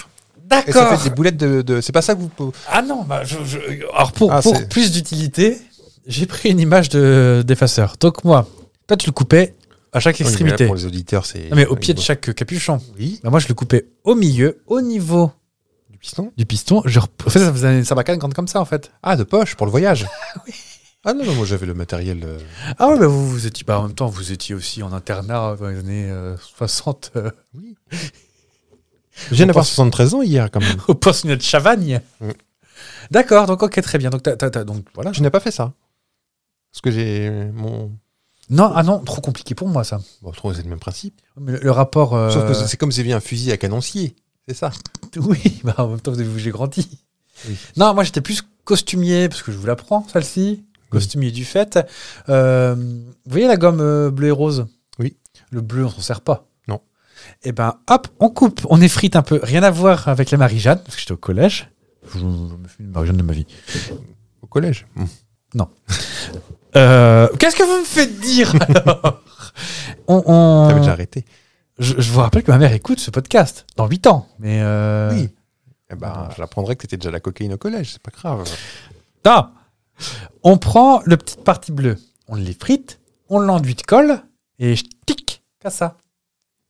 [SPEAKER 2] Et ça fait des boulettes de. de- c'est pas ça que vous. pou-
[SPEAKER 1] Ah non, bah, je- je- alors pour,
[SPEAKER 2] Ah,
[SPEAKER 1] pour
[SPEAKER 2] c'est-
[SPEAKER 1] plus d'utilité, j'ai pris une image de- d'effaceur. Donc moi, toi tu le coupais à chaque
[SPEAKER 2] Oui, mais là,
[SPEAKER 1] extrémité.
[SPEAKER 2] pour les auditeurs, c'est.
[SPEAKER 1] Non, mais au pied de chaque capuchon.
[SPEAKER 2] Oui,
[SPEAKER 1] Bah, moi je le coupais au milieu, au niveau
[SPEAKER 2] du piston.
[SPEAKER 1] du piston. Je rep- En fait, ça faisait une sabacane grande comme ça en fait.
[SPEAKER 2] Ah, de poche, pour le voyage. Ah non, non, moi j'avais le matériel. euh,
[SPEAKER 1] Ah ouais, bah, vous, vous étiez, bah, en même temps vous étiez aussi en internat euh, dans les années euh, 60 euh,
[SPEAKER 2] Je viens d'avoir
[SPEAKER 1] pense-
[SPEAKER 2] 73 ans hier, quand même.
[SPEAKER 1] au poste de Chavagne.
[SPEAKER 2] Mm.
[SPEAKER 1] D'accord, donc ok, très bien. Donc, t'as- t'as- t'as- donc voilà.
[SPEAKER 2] Je n'ai pas fait ça. Parce que j'ai. Mon.
[SPEAKER 1] Non, ah non, trop compliqué pour moi ça.
[SPEAKER 2] Bon, je trouve que c'est le même principe.
[SPEAKER 1] Mais le, le rapport. euh,
[SPEAKER 2] Sauf que c'est comme si j'avais un fusil à canoncier. C'est ça.
[SPEAKER 1] Oui, bah en même temps, vous avez vu que j'ai grandi.
[SPEAKER 2] Oui.
[SPEAKER 1] Non, moi, j'étais plus costumier, parce que je vous la prends, celle-ci. Costumier du fait. Euh, vous voyez la gomme euh, bleue et rose
[SPEAKER 2] Oui.
[SPEAKER 1] Le bleu, on s'en sert pas.
[SPEAKER 2] Non.
[SPEAKER 1] Et ben, hop, on coupe, on effrite un peu. Rien à voir avec la Marie-Jeanne, parce que j'étais au collège. Je, je me fais une Marie-Jeanne de ma vie.
[SPEAKER 2] Au collège. Mm.
[SPEAKER 1] Euh, Qu'est-ce que vous me faites dire alors on, on-
[SPEAKER 2] T'avais déjà arrêté.
[SPEAKER 1] Je, je vous rappelle que ma mère écoute ce podcast dans 8 ans. Mais euh,
[SPEAKER 2] Oui. Eh ben, je l'apprendrai que t'étais déjà à la cocaïne au collège. C'est pas grave.
[SPEAKER 1] Non. On prend le petite partie bleue, on l'effrite, on l'enduit de colle et je tic, casse ça.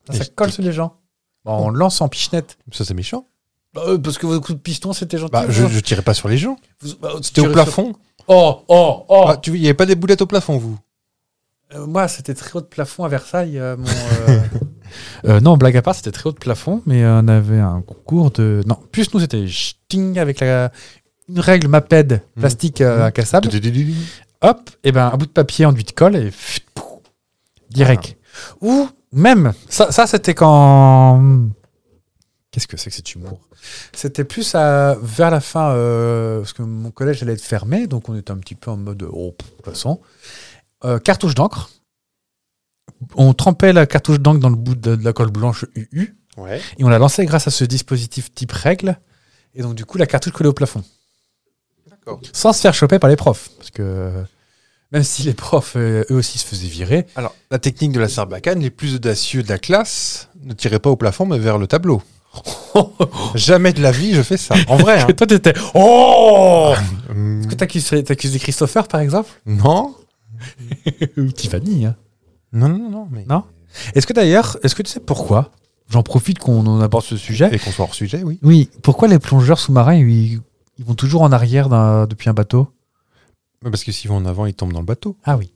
[SPEAKER 1] Ça,
[SPEAKER 2] Et
[SPEAKER 1] ça
[SPEAKER 2] je
[SPEAKER 1] colle
[SPEAKER 2] tic.
[SPEAKER 1] sur les gens. Bon, on le lance en pichenette.
[SPEAKER 2] Ça, c'est méchant.
[SPEAKER 1] Oh. Bah, euh, parce que votre coup de piston, c'était gentil.
[SPEAKER 2] Bah, je, je tirais pas sur les gens.
[SPEAKER 1] Bah,
[SPEAKER 2] C'était au plafond.
[SPEAKER 1] Oh, oh, oh.
[SPEAKER 2] Ah, tu vois, il n'y avait pas des boulettes au plafond, vous
[SPEAKER 1] Euh, moi, c'était très haut de plafond à Versailles. euh, mon, euh, euh, non, blague à part, c'était très haut de plafond, mais euh, on avait un concours de. Non, plus nous, c'était sting avec la... une règle MAPED
[SPEAKER 2] Mhm.
[SPEAKER 1] plastique euh,
[SPEAKER 2] Mhm.
[SPEAKER 1] incassable. hop, et ben un bout de papier enduit de colle et pff, pouf, direct. Ou même, ça, ça c'était quand. Qu'est-ce que c'est que cet humour C'était plus à, vers la fin, euh, parce que mon collège allait être fermé, donc on était un petit peu en mode oh, pff, de toute façon. Euh, cartouche d'encre. On trempait la cartouche d'encre dans le bout de, de la colle blanche UU
[SPEAKER 2] Ouais.
[SPEAKER 1] et on la lançait grâce à ce dispositif type règle. Et donc, du coup, la cartouche collée au plafond
[SPEAKER 2] D'accord.
[SPEAKER 1] sans se faire choper par les profs. Parce que euh, même si les profs, euh, eux aussi, se faisaient virer,
[SPEAKER 2] Alors, la technique de la sarbacane, les plus audacieux de la classe ne tiraient pas au plafond, mais vers le tableau. Jamais de la vie, je fais ça. En vrai, hein.
[SPEAKER 1] toi, t'étais Oh
[SPEAKER 2] Hum,
[SPEAKER 1] Que t'accuserais- T'accusais Christopher, par exemple
[SPEAKER 2] Non,
[SPEAKER 1] Ou Tiffany. hein.
[SPEAKER 2] non, non, non. Mais...
[SPEAKER 1] Non. Est-ce que d'ailleurs, est-ce que tu sais pourquoi J'en profite qu'on en aborde ce sujet.
[SPEAKER 2] Et qu'on soit hors sujet, oui.
[SPEAKER 1] Oui, pourquoi les plongeurs sous-marins, ils, ils vont toujours en arrière d'un- depuis un bateau
[SPEAKER 2] Mais Parce que s'ils vont en avant, ils tombent dans le bateau.
[SPEAKER 1] Ah oui.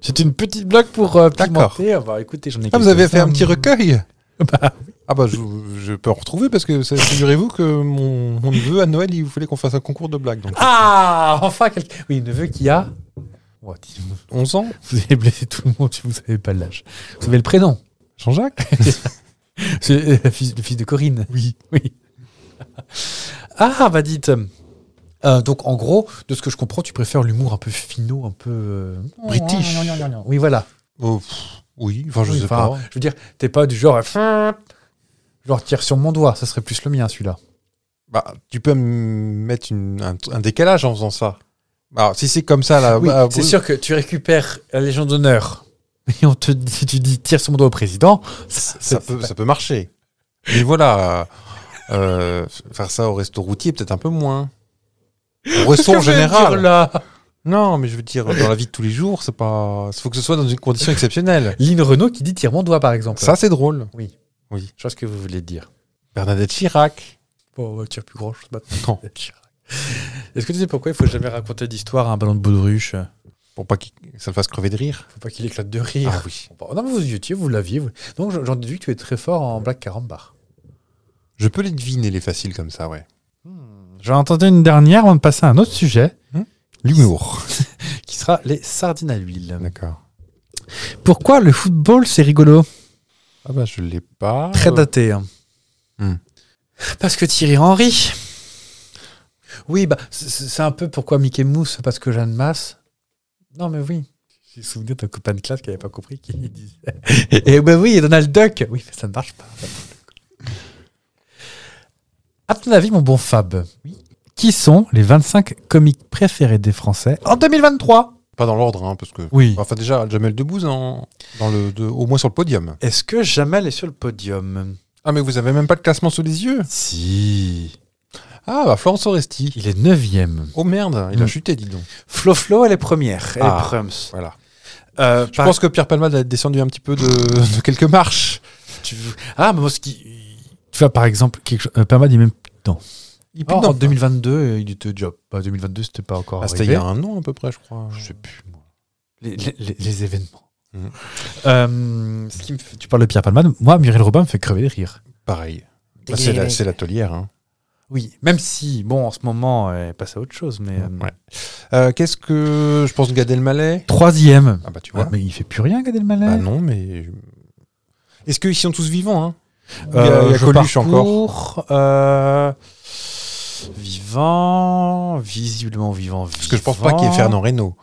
[SPEAKER 1] C'est une petite blague pour euh,
[SPEAKER 2] D'accord.
[SPEAKER 1] pimenter. Ah bah, écoutez, j'en ai
[SPEAKER 2] Ah, vous
[SPEAKER 1] quelques-
[SPEAKER 2] avez fait un petit
[SPEAKER 1] Hum.
[SPEAKER 2] recueil
[SPEAKER 1] Bah,
[SPEAKER 2] Ah bah, je, je peux en retrouver, parce que ça- figurez-vous que mon, mon neveu, à Noël, il voulait qu'on fasse un concours de blagues. Donc,
[SPEAKER 1] Ah Enfin, quelqu'un. Oui, neveu qui a. Oh, dis-
[SPEAKER 2] 11 ans,
[SPEAKER 1] Vous avez blessé tout le monde si vous savez pas l'âge. Vous avez le prénom.
[SPEAKER 2] Jean-Jacques
[SPEAKER 1] C'est euh, le fils, le fils de Corinne. Oui. Oui. Ah, bah dites. euh, donc, en gros, de ce que je comprends, tu préfères l'humour un peu finot, un peu. euh,
[SPEAKER 2] British.
[SPEAKER 1] Oui, voilà.
[SPEAKER 2] Oh, pff, Oui, enfin, je
[SPEAKER 1] Oui,
[SPEAKER 2] sais
[SPEAKER 1] enfin,
[SPEAKER 2] pas.
[SPEAKER 1] Je veux dire, t'es pas du genre. à- Genre, tire sur mon doigt, ça serait plus le mien, celui-là.
[SPEAKER 2] Bah, tu peux me mettre une- un, un décalage en faisant ça. Alors, si c'est comme ça, là.
[SPEAKER 1] Oui,
[SPEAKER 2] bah,
[SPEAKER 1] c'est
[SPEAKER 2] vous-
[SPEAKER 1] sûr que tu récupères la Légion d'honneur et on te dit, tu dis tire sur mon doigt au président. Ça,
[SPEAKER 2] ça peut, ça peut marcher. Mais voilà, euh, faire ça au resto routier, peut-être un peu moins. Au resto en général.
[SPEAKER 1] Là
[SPEAKER 2] Non, mais je veux dire, dans la vie de tous les jours, c'est pas. Il faut que ce soit dans une condition exceptionnelle.
[SPEAKER 1] Lynn Renault qui dit tire mon doigt, par exemple.
[SPEAKER 2] Ça, c'est drôle.
[SPEAKER 1] je vois ce que vous voulez dire.
[SPEAKER 2] Bernadette Chirac.
[SPEAKER 1] Bon, on va tirer plus grand chose maintenant.
[SPEAKER 2] Non,
[SPEAKER 1] Est-ce que tu sais pourquoi il faut jamais raconter d'histoire à un ballon de baudruche
[SPEAKER 2] pour pas que ça le fasse crever de rire.
[SPEAKER 1] Faut pas qu'il éclate de rire.
[SPEAKER 2] Ah oui.
[SPEAKER 1] Bon, bah, non, mais vous y étiez, vous l'aviez. vous. Donc j'en j'en déduis que tu es très fort en black carambar.
[SPEAKER 2] Je peux les deviner, les faciles comme ça, ouais.
[SPEAKER 1] J'en entendu une dernière avant de passer à un autre sujet
[SPEAKER 2] L'humour.
[SPEAKER 1] Hmm? qui sera les sardines à l'huile.
[SPEAKER 2] D'accord.
[SPEAKER 1] Pourquoi le football c'est rigolo
[SPEAKER 2] Ah bah, je l'ai pas.
[SPEAKER 1] Très daté. hein.
[SPEAKER 2] Hmm.
[SPEAKER 1] Parce que Thierry Henry. Oui, bah, c- c'est un peu pourquoi Mickey Mouse, parce que Jeanne Masse. Non, mais oui. J'ai souvenir d'un copain de classe qui n'avait pas compris qui disait. Eh ben oui, Donald Duck Oui, mais ça ne marche pas. À ton avis, mon bon Fab, qui sont les 25 comiques préférés des Français Oh, en 2023
[SPEAKER 2] Pas dans l'ordre, hein, parce que.
[SPEAKER 1] Oui.
[SPEAKER 2] Enfin, déjà, Jamel Debbouze, en- dans le, de- au moins sur le podium.
[SPEAKER 1] Est-ce que Jamel est sur le podium
[SPEAKER 2] Ah, mais vous avez même pas de classement sous les yeux
[SPEAKER 1] Si.
[SPEAKER 2] Ah, bah, Florence Oresti.
[SPEAKER 1] Il est 9
[SPEAKER 2] Oh merde, il a
[SPEAKER 1] Mm.
[SPEAKER 2] chuté, dis donc.
[SPEAKER 1] Flo Flo, elle est première. Elle
[SPEAKER 2] Ah.
[SPEAKER 1] est prums.
[SPEAKER 2] Voilà.
[SPEAKER 1] Euh,
[SPEAKER 2] Je
[SPEAKER 1] par-
[SPEAKER 2] pense que Pierre Palmade a descendu un petit peu de, de quelques marches.
[SPEAKER 1] tu... Ah, mais moi, ce qui. Tu vois, par exemple, quelque chose. euh, Perma dit même.
[SPEAKER 2] Il
[SPEAKER 1] Or, en 2022, euh, il était déjà. Bah, 2022, c'était pas encore.
[SPEAKER 2] Ah, c'était il y
[SPEAKER 1] arrivé.
[SPEAKER 2] a un an à peu près, je crois.
[SPEAKER 1] Je sais plus, moi. Mm. Les, les- les- les événements.
[SPEAKER 2] Mhm.
[SPEAKER 1] Euh, ce qui me fait- tu parles de Pierre Palman. Moi, Muriel Robin me fait crever de rire.
[SPEAKER 2] Pareil. Bah, c'est la, c'est la tolière. hein.
[SPEAKER 1] Oui, même si, bon, en ce moment, elle passe à autre chose. Mais, euh,
[SPEAKER 2] Ouais. Euh, Qu'est-ce que. Je pense Gad Elmaleh
[SPEAKER 1] Troisième.
[SPEAKER 2] Ah, bah, tu vois.
[SPEAKER 1] Ah, mais il fait plus rien, Gad Elmaleh.
[SPEAKER 2] Bah, non, mais. Est-ce qu'ils sont tous vivants hein Il y a-
[SPEAKER 1] Euh,
[SPEAKER 2] il y a
[SPEAKER 1] je
[SPEAKER 2] Coluche encore.
[SPEAKER 1] parcours, euh, vivant, visiblement vivant, vivant.
[SPEAKER 2] Parce que je pense pas qu'il y ait Fernand Reynaud.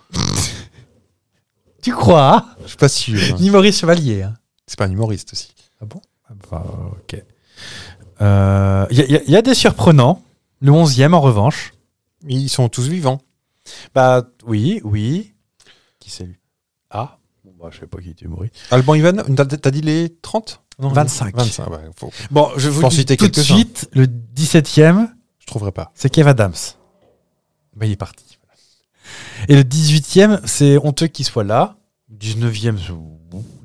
[SPEAKER 1] Tu crois hein
[SPEAKER 2] Je suis pas sûr. hein.
[SPEAKER 1] Ni Maurice Chevalier. hein.
[SPEAKER 2] C'est pas un humoriste aussi.
[SPEAKER 1] Enfin, Bah, ok. Euh, Il y, a- il y a- il y a des surprenants. Le onzième, en revanche.
[SPEAKER 2] Ils sont tous vivants.
[SPEAKER 1] Bah oui, oui. Qui c'est lui Ah Bon, bah, Je sais pas qui était mort.
[SPEAKER 2] Alban Ivanov, t'as- t'as dit les 30 non,
[SPEAKER 1] 25.
[SPEAKER 2] 25, ouais, faut-
[SPEAKER 1] Bon, je vous
[SPEAKER 2] Pour
[SPEAKER 1] dis
[SPEAKER 2] citer
[SPEAKER 1] tout de
[SPEAKER 2] quelques-uns.
[SPEAKER 1] suite, le 17e,
[SPEAKER 2] je trouverai pas.
[SPEAKER 1] c'est Kev Adams. Bah, il est parti. Et le 18e, c'est honteux qu'il soit là. 19e, c'est-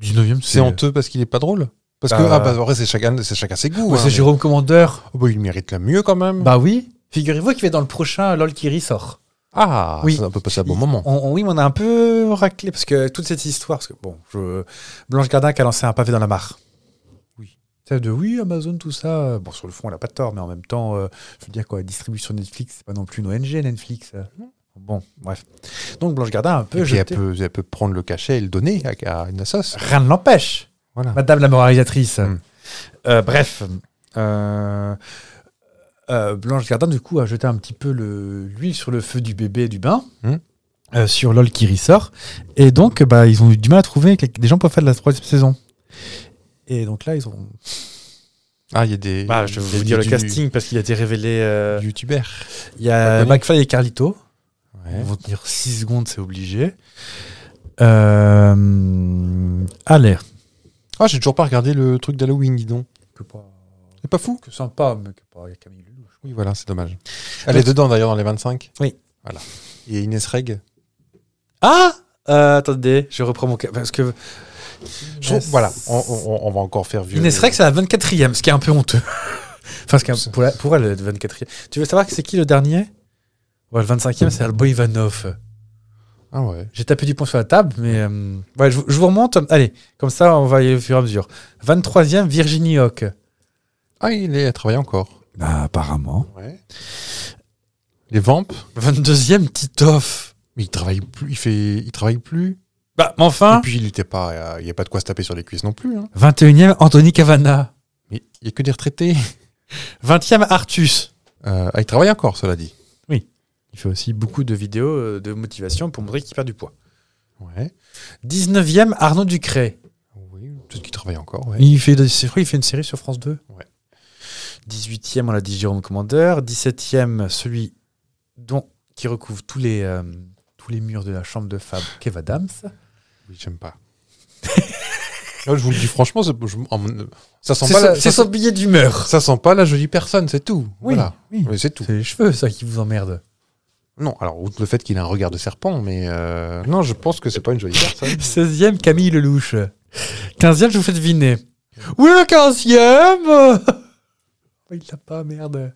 [SPEAKER 1] 19e
[SPEAKER 2] C'est honteux parce qu'il est pas drôle Parce que,
[SPEAKER 1] Bah-
[SPEAKER 2] ah bah, en vrai, c'est chacun, c'est chacun ses goûts.
[SPEAKER 1] Ouais,
[SPEAKER 2] hein,
[SPEAKER 1] c'est
[SPEAKER 2] mais- Hmm.
[SPEAKER 1] Jérôme Commandeur.
[SPEAKER 2] Oh, bah, il mérite la mieux quand même.
[SPEAKER 1] Bah oui. Figurez-vous qu'il va dans le prochain LOL qui ressort.
[SPEAKER 2] ah,
[SPEAKER 1] oui.
[SPEAKER 2] ça, on peut passer un bon moment.
[SPEAKER 1] On- on- oui, mais on a un peu raclé parce que toute cette histoire, parce que bon, je- Blanche Gardin qui a lancé un pavé dans la mare. Oui. Ça de oui, Amazon, tout ça. euh, Bon, sur le fond, elle a pas tort, mais en même temps, euh, je veux dire quoi, distribution Netflix, c'est pas non plus une ONG Netflix. euh. Bon, bref. Donc Blanche Gardin a un peu
[SPEAKER 2] Et puis elle
[SPEAKER 1] jeté.
[SPEAKER 2] peut, elle peut prendre le cachet et le donner à, à une assoce.
[SPEAKER 1] Rien ne l'empêche.
[SPEAKER 2] Voilà.
[SPEAKER 1] Madame la moralisatrice.
[SPEAKER 2] Mm.
[SPEAKER 1] Euh, bref. Euh, euh, Blanche Gardin, du coup, a jeté un petit peu le- l'huile sur le feu du bébé du bain,
[SPEAKER 2] Mm.
[SPEAKER 1] euh, sur LOL qui ressort. Et donc, bah, ils ont eu du mal à trouver que des gens pour faire de la troisième saison. Et donc là, ils ont.
[SPEAKER 2] Ah, il y a des. il y a du-
[SPEAKER 1] parce qu'il a été révélé. euh,
[SPEAKER 2] du youtubeur.
[SPEAKER 1] Il y a
[SPEAKER 2] Macron.
[SPEAKER 1] McFly et Carlito.
[SPEAKER 2] Ouais.
[SPEAKER 1] On va tenir 6 secondes, c'est obligé. Euh... Allez.
[SPEAKER 2] Ah, j'ai toujours pas regardé le truc d'Halloween, dis donc. C'est pas fou
[SPEAKER 1] que sympa, mais que pas Camille Lelouch.
[SPEAKER 2] Oui, voilà, c'est dommage. Elle est dedans d'ailleurs dans les 25.
[SPEAKER 1] Oui.
[SPEAKER 2] Voilà. Et Inès Reg.
[SPEAKER 1] Ah Euh, Attendez, je reprends mon cas. Parce que.
[SPEAKER 2] Je trouve- Voilà, on, on- on va encore faire vieux.
[SPEAKER 1] Inès Rex, c'est la 24e, ce qui est un peu honteux. enfin, ce qui est un- pour, la- pour elle, le 24e. Tu veux savoir que c'est qui le dernier Ouais, Le 25e, c'est Albo Ivanov.
[SPEAKER 2] Ah ouais.
[SPEAKER 1] J'ai tapé du poing sur la table, mais. euh, ouais, je, vous- je vous remonte. Allez, comme ça, on va aller au fur et à mesure. 23e, Virginie Hoc.
[SPEAKER 2] Ah, il est, elle travaille encore.
[SPEAKER 1] Bah, apparemment.
[SPEAKER 2] Ouais. Les Vamps.
[SPEAKER 1] 22e, Titoff.
[SPEAKER 2] Mais il travaille plus. Il fait. Il travaille plus.
[SPEAKER 1] Bah, mais enfin.
[SPEAKER 2] Et puis il était pas. euh, Il n'y a pas de quoi se taper sur les cuisses non plus. Hein.
[SPEAKER 1] 21e, Anthony Cavana.
[SPEAKER 2] Mais il n'y a que des retraités.
[SPEAKER 1] 20e, Artus.
[SPEAKER 2] Euh, ah, il travaille encore, cela dit.
[SPEAKER 1] Il fait aussi beaucoup de vidéos euh, de motivation pour montrer qu'il perd du poids.
[SPEAKER 2] Ouais.
[SPEAKER 1] 19e, Arnaud Ducret.
[SPEAKER 2] Oui. Peut-être qu'il travaille encore. Ouais.
[SPEAKER 1] Il fait, je crois qu'il fait une série sur France 2.
[SPEAKER 2] Ouais.
[SPEAKER 1] 18e, on l'a dit, Jérôme Commandeur. 17e, celui dont, qui recouvre tous les, euh, tous les murs de la chambre de femme, Kev Adams.
[SPEAKER 2] Oui, j'aime pas. Là, je vous le dis franchement, c'est- je- en mon- ça sent
[SPEAKER 1] C'est
[SPEAKER 2] pas.
[SPEAKER 1] son-
[SPEAKER 2] la-
[SPEAKER 1] c'est
[SPEAKER 2] ça,
[SPEAKER 1] son
[SPEAKER 2] sent,
[SPEAKER 1] billet d'humeur.
[SPEAKER 2] ça sent pas la jolie personne, c'est tout.
[SPEAKER 1] Oui,
[SPEAKER 2] Voilà.
[SPEAKER 1] oui.
[SPEAKER 2] Mais c'est tout.
[SPEAKER 1] C'est les cheveux, ça, qui vous emmerde.
[SPEAKER 2] Non, alors outre le fait qu'il a un regard de serpent, mais euh, non, je pense que c'est pas une jolie personne.
[SPEAKER 1] 16e, Camille Lelouch. 15e, je vous fais deviner. Oui, le 15e Oh, Il l'a pas, merde.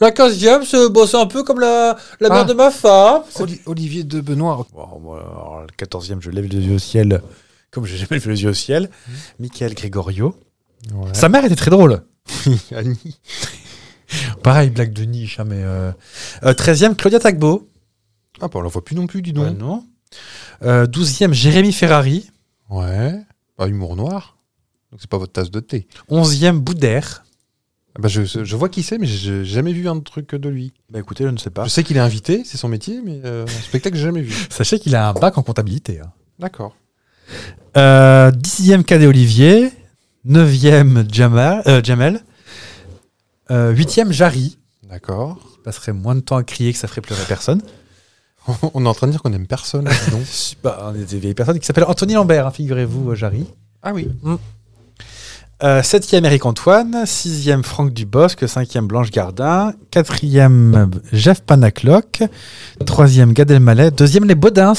[SPEAKER 1] La 15e, c'est bon, c'est un peu comme la, la mère
[SPEAKER 2] Ah.
[SPEAKER 1] de ma femme.
[SPEAKER 2] Olivier de Benoît.
[SPEAKER 1] Bon, moi, alors, le 14e, je lève les yeux au ciel, comme j'ai jamais levé les yeux au ciel. Michael Gregorio.
[SPEAKER 2] Ouais.
[SPEAKER 1] Sa mère était très drôle. Pareil, blague de niche, hein, mais. euh. Euh, 13e, Claudia Tagbo.
[SPEAKER 2] Ah, bah, on la voit plus non plus, dis
[SPEAKER 1] Ouais,
[SPEAKER 2] donc.
[SPEAKER 1] non. Euh, 12e, Jérémy Ferrari.
[SPEAKER 2] Ouais. Bah, humour noir. Donc c'est pas votre tasse de thé.
[SPEAKER 1] 11e, Boudère.
[SPEAKER 2] Ah bah, je, je vois qui c'est, mais j'ai jamais vu un truc de lui.
[SPEAKER 1] Bah écoutez, je ne sais pas.
[SPEAKER 2] Je sais qu'il est invité, c'est son métier, mais euh, un spectacle, j'ai jamais vu.
[SPEAKER 1] Sachez qu'il a un bac en comptabilité. hein.
[SPEAKER 2] D'accord.
[SPEAKER 1] Euh, dixième Cadet Olivier, neuvième Jamal, euh, Jamel, euh, huitième Jarry,
[SPEAKER 2] D'accord.
[SPEAKER 1] qui passerait moins de temps à crier que ça ferait pleurer personne.
[SPEAKER 2] On est en train de dire qu'on aime personne. dis donc.
[SPEAKER 1] Bah, on est des vieilles personnes qui s'appelle Anthony Lambert, hein, figurez-vous, euh, Jarry. Mm.
[SPEAKER 2] ah oui.
[SPEAKER 1] Euh, septième Eric Antoine, sixième Franck Dubosc, cinquième Blanche Gardin, quatrième Jeff Panacloc, troisième Gad Elmaleh, deuxième les Baudins,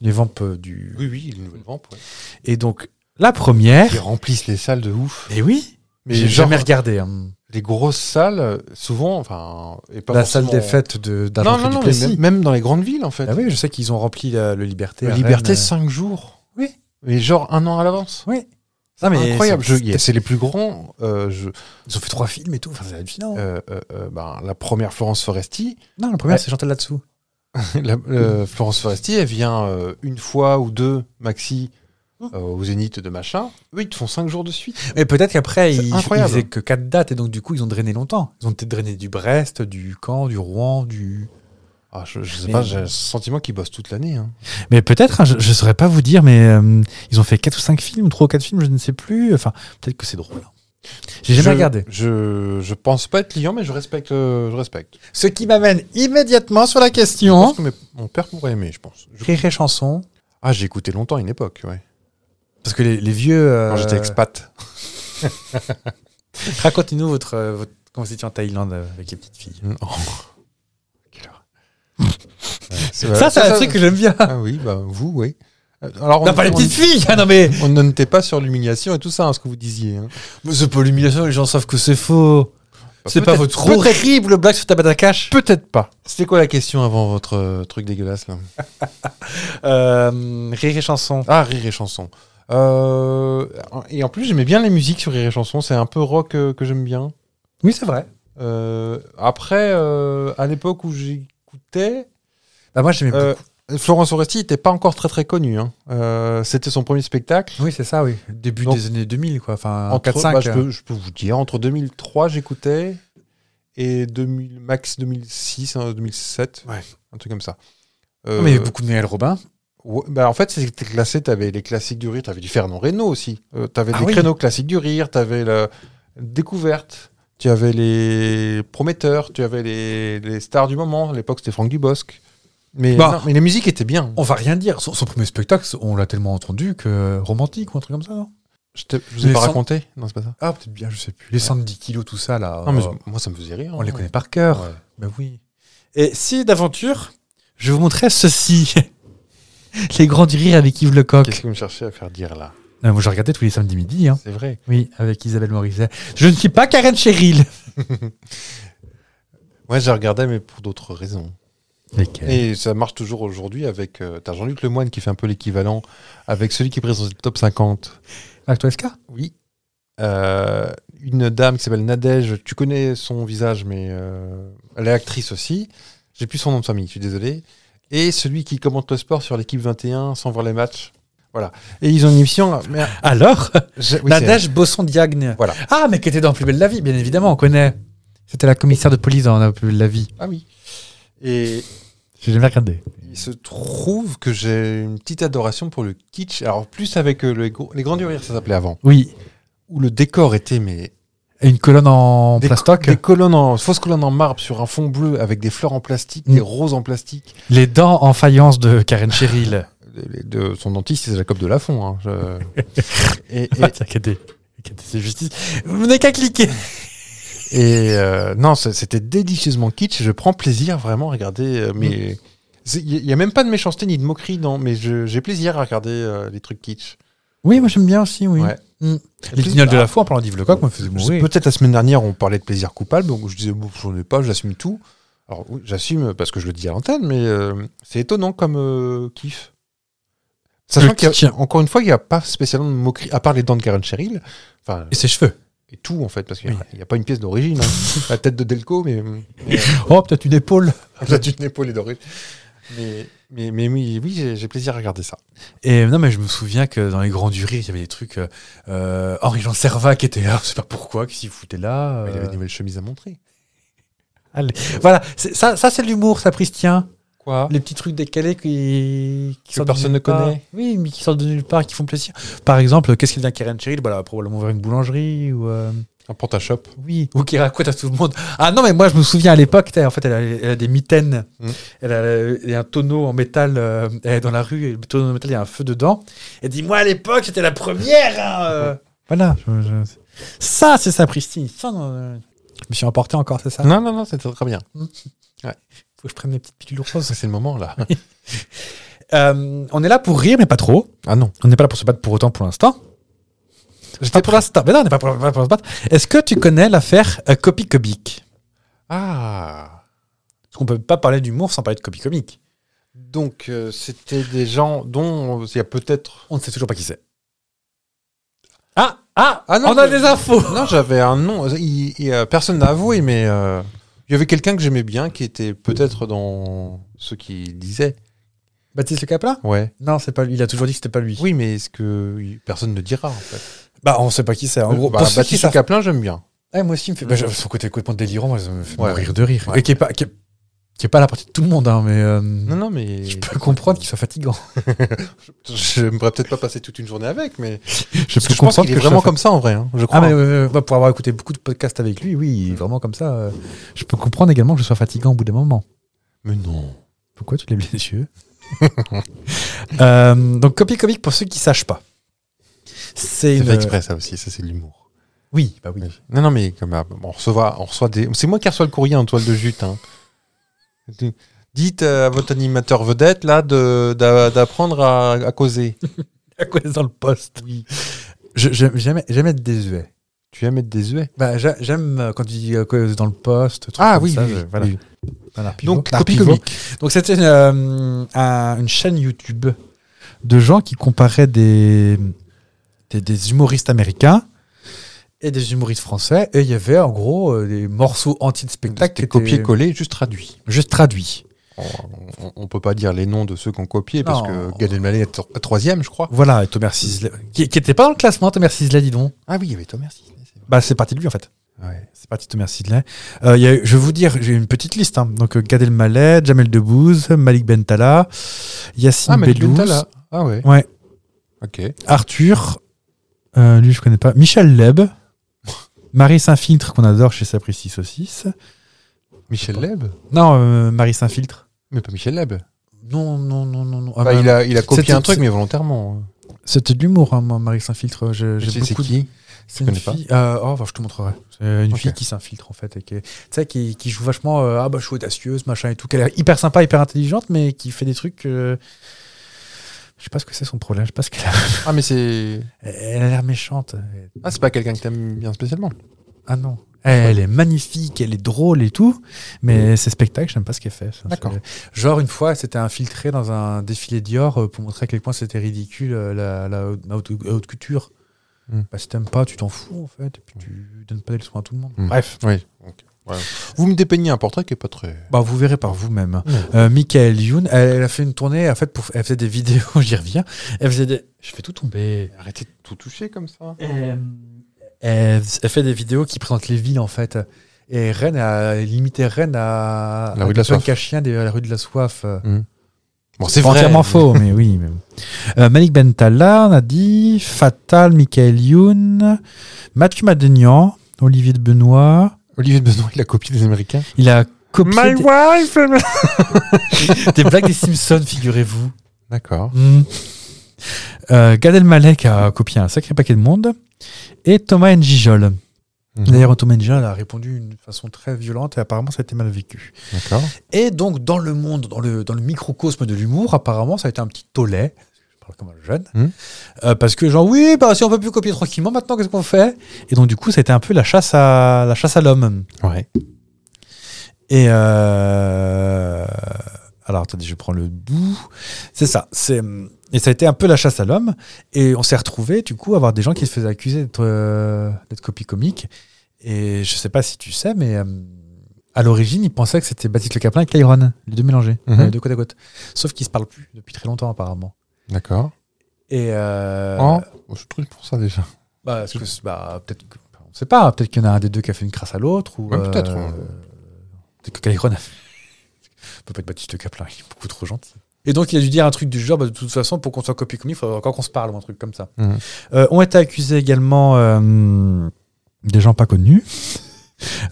[SPEAKER 1] les vampes euh, du...
[SPEAKER 2] Oui, oui, les nouvelles vampes. ouais.
[SPEAKER 1] Et donc la première...
[SPEAKER 2] Qui remplissent les salles de ouf.
[SPEAKER 1] Et oui,
[SPEAKER 2] Mais
[SPEAKER 1] j'ai
[SPEAKER 2] genre,
[SPEAKER 1] jamais regardé. hein.
[SPEAKER 2] les grosses salles, euh, souvent, enfin. et pas
[SPEAKER 1] La salle des
[SPEAKER 2] forcément-
[SPEAKER 1] fêtes de
[SPEAKER 2] Non,
[SPEAKER 1] d'Argenteuil
[SPEAKER 2] non,
[SPEAKER 1] du
[SPEAKER 2] non, mais
[SPEAKER 1] Plessis.
[SPEAKER 2] même, même dans les grandes villes, en fait.
[SPEAKER 1] Ah oui, je sais qu'ils ont rempli la- le Liberté.
[SPEAKER 2] Le
[SPEAKER 1] à
[SPEAKER 2] Liberté,
[SPEAKER 1] Rennes.
[SPEAKER 2] 5 jours.
[SPEAKER 1] Oui.
[SPEAKER 2] Mais genre un an à l'avance.
[SPEAKER 1] Oui. Non, mais
[SPEAKER 2] Incroyable.
[SPEAKER 1] c'est-
[SPEAKER 2] Je- Ah, C'est les plus grands. euh, je-
[SPEAKER 1] Ils ont fait trois films et tout. Enfin, c'est hallucinant.
[SPEAKER 2] euh, euh, euh, ben, la première, Florence Foresti.
[SPEAKER 1] non, la première,
[SPEAKER 2] ouais.
[SPEAKER 1] c'est Chantal là-dessous.
[SPEAKER 2] La- euh, Florence Foresti, elle vient euh, une fois ou deux, maxi,
[SPEAKER 1] Mm.
[SPEAKER 2] euh, au Zénith de machin. Eux, ils te font 5 jours de suite.
[SPEAKER 1] Mais peut-être qu'après,
[SPEAKER 2] C'est
[SPEAKER 1] ils, ils
[SPEAKER 2] incroyable.
[SPEAKER 1] faisaient que quatre dates et donc du coup, ils ont drainé longtemps. Ils ont peut-être drainé du Brest, du Caen, du Rouen, du.
[SPEAKER 2] Ah, je, je sais
[SPEAKER 1] Mais- euh,
[SPEAKER 2] pas, j'ai le sentiment qu'ils bossent toute l'année. hein.
[SPEAKER 1] Mais peut-être, hein, je, je saurais pas vous dire, mais euh, ils ont fait quatre ou cinq films, trois ou quatre films, je ne sais plus. Enfin, peut-être que c'est drôle. hein. J'ai jamais
[SPEAKER 2] Je-
[SPEAKER 1] regardé.
[SPEAKER 2] Je, je pense pas être client, mais je respecte. euh, je respecte.
[SPEAKER 1] Ce qui m'amène immédiatement sur la
[SPEAKER 2] Je
[SPEAKER 1] question.
[SPEAKER 2] pense que mes- mon père pourrait aimer, je pense. Je-
[SPEAKER 1] Rire et chanson.
[SPEAKER 2] Ah, j'ai écouté longtemps à une époque, ouais.
[SPEAKER 1] Parce que les, les vieux. euh,
[SPEAKER 2] Quand j'étais expat.
[SPEAKER 1] Racontez-nous votre, euh, votre- quand vous étiez en Thaïlande euh, avec les petites filles.
[SPEAKER 2] Non. Quelle horreur. Ouais, c'est-
[SPEAKER 1] Ça, c'est un truc que j'aime bien.
[SPEAKER 2] Ah oui, bah vous, oui. Euh, Alors, on,
[SPEAKER 1] Non, pas les
[SPEAKER 2] on-
[SPEAKER 1] petites filles ah, Non, mais.
[SPEAKER 2] on ne n'était pas sur l'humiliation et tout ça, hein, ce que vous disiez. hein.
[SPEAKER 1] C'est pas l'humiliation, les gens savent que c'est faux. C'est pas
[SPEAKER 2] Peut-être-
[SPEAKER 1] votre
[SPEAKER 2] peut-être-
[SPEAKER 1] horrible blague sur Tabata Cash.
[SPEAKER 2] Peut-être pas. C'était quoi la question avant votre euh, truc dégueulasse là
[SPEAKER 1] Euh, rire et chanson.
[SPEAKER 2] Ah, Rire et Chanson. Euh, et en plus, j'aimais bien les musiques sur Rire et Chanson. C'est un peu rock euh, que j'aime bien.
[SPEAKER 1] Oui, c'est vrai.
[SPEAKER 2] Euh, après, euh, à l'époque où j'écoutais,
[SPEAKER 1] Bah, moi, j'aimais
[SPEAKER 2] euh, Florence Foresti n'était pas encore très très connue. hein. Euh, C'était son premier spectacle.
[SPEAKER 1] beaucoup. Oui, c'est ça, oui. Début
[SPEAKER 2] donc-
[SPEAKER 1] des années 2000, quoi. Enfin, en
[SPEAKER 2] Entre-
[SPEAKER 1] 4-5.
[SPEAKER 2] bah, je,
[SPEAKER 1] euh.
[SPEAKER 2] peux, je peux vous dire, entre 2003, j'écoutais, et 2000, max 2006, hein, 2007,
[SPEAKER 1] Ouais.
[SPEAKER 2] un truc comme ça.
[SPEAKER 1] Non,
[SPEAKER 2] Euh,
[SPEAKER 1] mais il y avait beaucoup de Noël Robin.
[SPEAKER 2] ouais, bah, en fait, c'était classé, t'avais les classiques du rire, t'avais du Fernand Reynaud aussi, euh, t'avais
[SPEAKER 1] Ah
[SPEAKER 2] les
[SPEAKER 1] oui.
[SPEAKER 2] créneaux classiques du rire, t'avais la découverte, tu avais les prometteurs, tu avais les, les stars du moment, à l'époque c'était Franck Dubosc. Mais,
[SPEAKER 1] Bah.
[SPEAKER 2] non, mais les musiques étaient bien.
[SPEAKER 1] On va rien dire. Son, son premier spectacle, on l'a tellement entendu que euh, romantique ou un truc comme ça, non
[SPEAKER 2] Je, t'ai- je vous ai
[SPEAKER 1] Les
[SPEAKER 2] pas
[SPEAKER 1] cent-
[SPEAKER 2] raconté Non, c'est pas ça.
[SPEAKER 1] Ah, peut-être bien, je sais plus. Les 110 kilos, tout ça, là.
[SPEAKER 2] Non, mais
[SPEAKER 1] euh,
[SPEAKER 2] je- moi ça me faisait rire. hein.
[SPEAKER 1] On les connaît
[SPEAKER 2] pas.
[SPEAKER 1] par cœur. Bah oui. Et si d'aventure, je vous montrais ceci. Les grands du rire avec Yves
[SPEAKER 2] Qu'est-ce
[SPEAKER 1] Lecoq.
[SPEAKER 2] que vous me cherchez à faire dire là
[SPEAKER 1] Euh, Moi, je regardais tous les samedis midi. Hein.
[SPEAKER 2] C'est vrai.
[SPEAKER 1] Oui, avec Isabelle Morisset. Je ne suis pas Karen Cheryl.
[SPEAKER 2] Ouais, j'ai regardé, mais pour d'autres raisons.
[SPEAKER 1] Lesquelles
[SPEAKER 2] Et ça marche toujours aujourd'hui avec. euh, T'as Jean-Luc Lemoyne qui fait un peu l'équivalent avec celui qui présente le top 50.
[SPEAKER 1] Acto FK
[SPEAKER 2] Oui. Euh, une dame qui s'appelle Nadège. Tu connais son visage, mais euh, elle est actrice aussi. J'ai plus son nom de famille, je suis désolé. Et celui qui commente le sport sur l'équipe 21 sans voir les matchs. Voilà. Et ils ont une émission. là, mais-
[SPEAKER 1] Alors,
[SPEAKER 2] j'ai- oui, c'est-
[SPEAKER 1] Nadège Bosson-Diagne.
[SPEAKER 2] Voilà.
[SPEAKER 1] Ah, mais qui était dans Plus belle la vie, bien évidemment, on connaît. C'était la commissaire de police dans Plus belle la vie.
[SPEAKER 2] Ah oui. Et,
[SPEAKER 1] J'ai jamais regardé.
[SPEAKER 2] Il se trouve que j'ai une petite adoration pour le kitsch. Alors, plus avec euh, le gros- les grands du rire, ça s'appelait avant.
[SPEAKER 1] Oui.
[SPEAKER 2] Où le décor était, mais.
[SPEAKER 1] Et une colonne en
[SPEAKER 2] des,
[SPEAKER 1] plastoc.
[SPEAKER 2] des colonnes en. fausses colonnes en marbre sur un fond bleu avec des fleurs en plastique,
[SPEAKER 1] Mm.
[SPEAKER 2] des roses en plastique.
[SPEAKER 1] Les dents en faïence de Karen Cheryl.
[SPEAKER 2] Les- les- de, son dentiste, c'est Jacob Delafont. Hein, je- et.
[SPEAKER 1] Ah, tiens, regardez. Regardez, C'est justice. Vous n'avez qu'à cliquer.
[SPEAKER 2] et- et, euh, non, c'est- c'était délicieusement kitsch. Je prends plaisir vraiment à regarder. euh,
[SPEAKER 1] Mm.
[SPEAKER 2] mais. c'est- Il n'y a même pas de méchanceté ni de moquerie, non, mais je- j'ai plaisir à regarder euh, les trucs kitsch.
[SPEAKER 1] Oui, moi j'aime bien aussi, oui.
[SPEAKER 2] Ouais.
[SPEAKER 1] Mm. Les
[SPEAKER 2] Plus-
[SPEAKER 1] guignols de la foi en parlant d'Yves Lecoq me faisait
[SPEAKER 2] Je-
[SPEAKER 1] mourir.
[SPEAKER 2] Peut-être la semaine dernière, on parlait de plaisir coupable, donc je disais, bon, j'en ai pas, j'assume tout. Alors, oui, j'assume parce que je le dis à l'antenne, mais euh, c'est étonnant comme euh, kiff. Sachant
[SPEAKER 1] Le
[SPEAKER 2] qu'il y a-
[SPEAKER 1] kitsch.
[SPEAKER 2] encore une fois, il n'y a pas spécialement de moquerie, à part les dents de Karen Cheryl, enfin,
[SPEAKER 1] Et ses cheveux.
[SPEAKER 2] et tout en fait, parce qu'il n'y
[SPEAKER 1] Oui.
[SPEAKER 2] a, il y a pas une pièce d'origine. hein. la tête de Delco, mais. mais, euh,
[SPEAKER 1] Oh, peut-être une épaule.
[SPEAKER 2] la tête d'une épaule est d'origine. Mais, Mais, mais oui, oui j'ai- j'ai plaisir à regarder ça.
[SPEAKER 1] Et euh, non, mais je me souviens que dans les grands du rire, il y avait des trucs. euh, euh, Henri-Jean Servat qui était là, je sais pas pourquoi, qui s'y foutait là.
[SPEAKER 2] Il avait
[SPEAKER 1] euh.
[SPEAKER 2] une nouvelle chemise à montrer.
[SPEAKER 1] Voilà, c'est- ça, ça c'est de l'humour, ça, Pristien.
[SPEAKER 2] Quoi
[SPEAKER 1] Les petits trucs décalés qui, qui
[SPEAKER 2] Que
[SPEAKER 1] sortent de
[SPEAKER 2] personne
[SPEAKER 1] nulle
[SPEAKER 2] ne
[SPEAKER 1] part.
[SPEAKER 2] connaît.
[SPEAKER 1] Oui, mais qui sortent de nulle part, qui font plaisir. Par exemple, qu'est-ce qu'il vient Karen Cheryl Voilà, Bah, probablement ouvrir une boulangerie ou. euh,
[SPEAKER 2] Un pantachope.
[SPEAKER 1] Oui, ou qui raconte à tout le monde. Ah non, mais moi je me souviens à l'époque, t'as- en fait, elle a, elle a des mitaines,
[SPEAKER 2] Mm.
[SPEAKER 1] elle, a, elle a un tonneau en métal, euh, elle est dans la rue, et le tonneau en métal, il y a un feu dedans. Elle dit Moi à l'époque, j'étais la première hein, euh. Voilà. je- je- Ça, c'est ça, Pristine. Ça, euh, Je me suis emporté encore, c'est ça
[SPEAKER 2] Non, non, non, c'était très bien.
[SPEAKER 1] Faut que je prenne mes petites pilules
[SPEAKER 2] Ça,
[SPEAKER 1] roses.
[SPEAKER 2] C'est le moment, là.
[SPEAKER 1] Euh, on est là pour rire, mais pas trop.
[SPEAKER 2] ah non.
[SPEAKER 1] On n'est pas là pour se battre pour autant pour l'instant. J'étais pour l'instant. Mais non, on n'est pas pour, pas pour se battre. Est-ce que tu connais l'affaire euh, Copy Comique
[SPEAKER 2] Ah
[SPEAKER 1] Parce qu'on peut pas parler d'humour sans parler de Copy Comique.
[SPEAKER 2] Donc, euh, c'était des gens dont euh, il y a peut-être.
[SPEAKER 1] On ne sait toujours pas qui c'est. Ah Ah,
[SPEAKER 2] Ah non,
[SPEAKER 1] On a
[SPEAKER 2] je-
[SPEAKER 1] des infos
[SPEAKER 2] Non, j'avais un nom. Il- il- euh, personne n'a avoué, mais euh, il y avait quelqu'un que j'aimais bien qui était peut-être dans ceux qui disaient.
[SPEAKER 1] Baptiste Le Caplin
[SPEAKER 2] Ouais.
[SPEAKER 1] Non, c'est pas lui. Il a toujours dit que c'était pas lui.
[SPEAKER 2] Oui, mais est-ce que personne ne dira en fait
[SPEAKER 1] Bah, on sait pas qui c'est. En gros,
[SPEAKER 2] Bah,
[SPEAKER 1] pour ceux qui
[SPEAKER 2] Baptiste
[SPEAKER 1] savent-
[SPEAKER 2] Caplin, j'aime bien.
[SPEAKER 1] Eh, moi aussi, il me fait. bah, je- son côté complètement délirant, moi, ça me fait
[SPEAKER 2] Ouais.
[SPEAKER 1] mourir de rire.
[SPEAKER 2] Ouais.
[SPEAKER 1] Et qui est pas, qui est, qui est pas à la partie de tout le monde, hein, mais. euh,
[SPEAKER 2] Non, non, mais
[SPEAKER 1] Je peux comprendre qu'il soit fatigant.
[SPEAKER 2] j'aimerais peut-être pas passer toute une journée avec, mais
[SPEAKER 1] Je
[SPEAKER 2] Parce que je pense qu'il est vraiment comme ça en vrai. hein, je crois.
[SPEAKER 1] Ah, mais euh, bah, pour avoir écouté beaucoup de podcasts avec lui, oui, il est vraiment comme ça. euh. Je peux comprendre également que je sois fatigant au bout d'un moment.
[SPEAKER 2] Mais non.
[SPEAKER 1] Pourquoi tu lèves les yeux Euh, Donc, copie comique pour ceux qui sachent pas. C'est
[SPEAKER 2] C'est
[SPEAKER 1] une...
[SPEAKER 2] fait exprès ça aussi. Ça c'est de l'humour.
[SPEAKER 1] Oui, bah oui.
[SPEAKER 2] Non, non, mais comme ah, on reçoit, on reçoit des. C'est moi qui reçois le courrier en toile de jute. hein. Dites euh, à votre animateur vedette là de- d'a- d'apprendre à, à causer.
[SPEAKER 1] À quoi dans le poste Je- J'aime j'aime- j'aime être désuet.
[SPEAKER 2] Tu aimes être des œufs
[SPEAKER 1] Bah, j'a- j'aime euh, quand tu dis euh, quoi, dans le poste. trucs
[SPEAKER 2] Ah
[SPEAKER 1] comme ça, je- voilà. Un art pivot.
[SPEAKER 2] Donc
[SPEAKER 1] Un art
[SPEAKER 2] copie
[SPEAKER 1] pivot.
[SPEAKER 2] comique.
[SPEAKER 1] Donc c'était euh, un- une chaîne YouTube de gens qui comparaient des, des, des humoristes américains et des humoristes français. Et il y avait en gros euh, des morceaux anti de spectacle qui
[SPEAKER 2] C'était
[SPEAKER 1] étaient
[SPEAKER 2] copié-collé, juste traduit.
[SPEAKER 1] juste traduits.
[SPEAKER 2] On, on- on peut pas dire les noms de ceux qu'on copié parce
[SPEAKER 1] Non.
[SPEAKER 2] que Gad Elmaleh est tro- troisième, je crois.
[SPEAKER 1] Voilà, et Thomas Sisley, qui n'était pas dans le classement, Thomas Sisley, dis donc.
[SPEAKER 2] Ah oui, il y avait Thomas. Sisley, c'est vrai.
[SPEAKER 1] Bah, c'est parti de lui en fait.
[SPEAKER 2] Ouais.
[SPEAKER 1] C'est parti, Thomas Sidley. Euh, il y a eu- je vais vous dire, j'ai une petite liste. hein. Donc, euh, Gad Elmaleh, Jamel Debbouze, Malik Bentala, Yacine
[SPEAKER 2] Ah, mais
[SPEAKER 1] Bellouz,
[SPEAKER 2] là. Ah ouais.
[SPEAKER 1] Ouais.
[SPEAKER 2] Ok.
[SPEAKER 1] Arthur, euh, lui je connais pas, Michel Leb, Marie Saint-Filtre qu'on adore chez Sapristi Saucisse.
[SPEAKER 2] Michel Leb
[SPEAKER 1] Non, euh, Marie Saint-Filtre.
[SPEAKER 2] Mais pas Michel Leb.
[SPEAKER 1] Non, non, non, Ah non, non. Ah,
[SPEAKER 2] Bah,
[SPEAKER 1] bah,
[SPEAKER 2] il, a, il a
[SPEAKER 1] C'était-
[SPEAKER 2] copié un truc,
[SPEAKER 1] c'est-
[SPEAKER 2] mais volontairement.
[SPEAKER 1] C'était de l'humour, hein, moi, Marie Saint-Filtre. Je-
[SPEAKER 2] Je
[SPEAKER 1] J'ai
[SPEAKER 2] sais c'est
[SPEAKER 1] beaucoup de-
[SPEAKER 2] qui
[SPEAKER 1] C'est une
[SPEAKER 2] connais pas.
[SPEAKER 1] fille. euh, oh, bah, je te montrerai. C'est une
[SPEAKER 2] Ok.
[SPEAKER 1] fille qui s'infiltre en fait et qui, est- tu sais, qui, qui joue vachement. euh, ah bah je suis audacieuse, machin et tout. Qu'elle est hyper sympa, hyper intelligente, mais qui fait des trucs. euh, je sais pas ce que c'est son problème. Je sais pas ce qu'elle a.
[SPEAKER 2] Ah, mais c'est.
[SPEAKER 1] Elle a l'air méchante.
[SPEAKER 2] Ah, c'est pas quelqu'un que t'aimes bien spécialement.
[SPEAKER 1] Ah non. Elle est magnifique, elle est drôle et tout, mais ses spectacles, j'aime pas ce qu'elle fait. ça.
[SPEAKER 2] D'accord.
[SPEAKER 1] C'est- Genre, une fois, elle s'était infiltrée dans un défilé Dior euh, pour montrer à quel point c'était ridicule euh, la, la haute- la haute, la haute couture.
[SPEAKER 2] Hmm.
[SPEAKER 1] Bah, si t'aimes pas, tu t'en fous en fait, et puis tu donnes pas des leçons à tout le monde.
[SPEAKER 2] Hmm.
[SPEAKER 1] Bref.
[SPEAKER 2] Oui. Vous me dépeignez un portrait qui est pas très.
[SPEAKER 1] Bah, vous verrez par vous-même.
[SPEAKER 2] Ouais.
[SPEAKER 1] Euh, Michael Youn, elle, elle a fait une tournée, en fait, pour, elle faisait des vidéos, j'y reviens. Elle faisait des. Je fais tout tomber.
[SPEAKER 2] Arrêtez de tout toucher comme ça.
[SPEAKER 1] Euh, elle, elle fait des vidéos qui présentent les villes, en fait. Et Rennes, a limité Rennes à.
[SPEAKER 2] La
[SPEAKER 1] à
[SPEAKER 2] rue de
[SPEAKER 1] des
[SPEAKER 2] la soif.
[SPEAKER 1] punks à chiens des- à la rue de la soif. euh.
[SPEAKER 2] Bon, c'est
[SPEAKER 1] pas
[SPEAKER 2] vrai.
[SPEAKER 1] entièrement faux, mais oui. mais bon. Euh, Malik Bentala, on a dit. Fatal, Michael Youn. Mathieu Madénian, Olivier de Benoît.
[SPEAKER 2] Olivier de Benoît, il a copié des Américains.
[SPEAKER 1] Il a copié
[SPEAKER 2] My wife
[SPEAKER 1] des, des blagues des Simpsons, figurez-vous.
[SPEAKER 2] D'accord.
[SPEAKER 1] Hmm. Euh, Gad Elmaleh qui a copié un sacré paquet de monde et Thomas Njijol.
[SPEAKER 2] Mhm.
[SPEAKER 1] D'ailleurs, Thomas Njijol a répondu d'une façon très violente et apparemment ça a été mal vécu.
[SPEAKER 2] D'accord.
[SPEAKER 1] Et donc, dans le monde, dans le, dans le microcosme de l'humour, apparemment ça a été un petit tollé. Je parle comme un jeune.
[SPEAKER 2] Mhm.
[SPEAKER 1] Euh, parce que, genre, oui, bah, si on peut plus copier tranquillement, maintenant qu'est-ce qu'on fait Et donc, du coup, ça a été un peu la chasse à, la chasse à l'homme.
[SPEAKER 2] Ouais.
[SPEAKER 1] Et euh, alors attendez, je prends le bout. C'est ça. C'est et ça a été un peu la chasse à l'homme. Et on s'est retrouvé du coup à avoir des gens qui se faisaient accuser d'être euh, d'être copie comique. Et je sais pas si tu sais, mais euh, à l'origine, ils pensaient que c'était Baptiste Le Caplin et Clayron, les deux mélangés,
[SPEAKER 2] Mhm.
[SPEAKER 1] euh, de côte à côte. Sauf qu'ils se parlent plus depuis très longtemps, apparemment.
[SPEAKER 2] D'accord.
[SPEAKER 1] Et. euh,
[SPEAKER 2] Oh, je trouve pour ça déjà.
[SPEAKER 1] bah, parce que c'est- bah, peut-être que- on sait pas, peut-être qu'il y en a un des deux qui a fait une crasse à l'autre. ou
[SPEAKER 2] Ouais, peut-être,
[SPEAKER 1] euh,
[SPEAKER 2] ouais.
[SPEAKER 1] Peut-être que Clayron a fait. Ça peut pas être Baptiste Le Caplin, il est beaucoup trop gentil. Et donc, il a dû dire un truc du genre, bah, de toute façon, pour qu'on soit copie comme il faudrait encore qu'on se parle ou un truc comme ça.
[SPEAKER 2] Mhm.
[SPEAKER 1] Euh, ont été accusés également euh, des gens pas connus.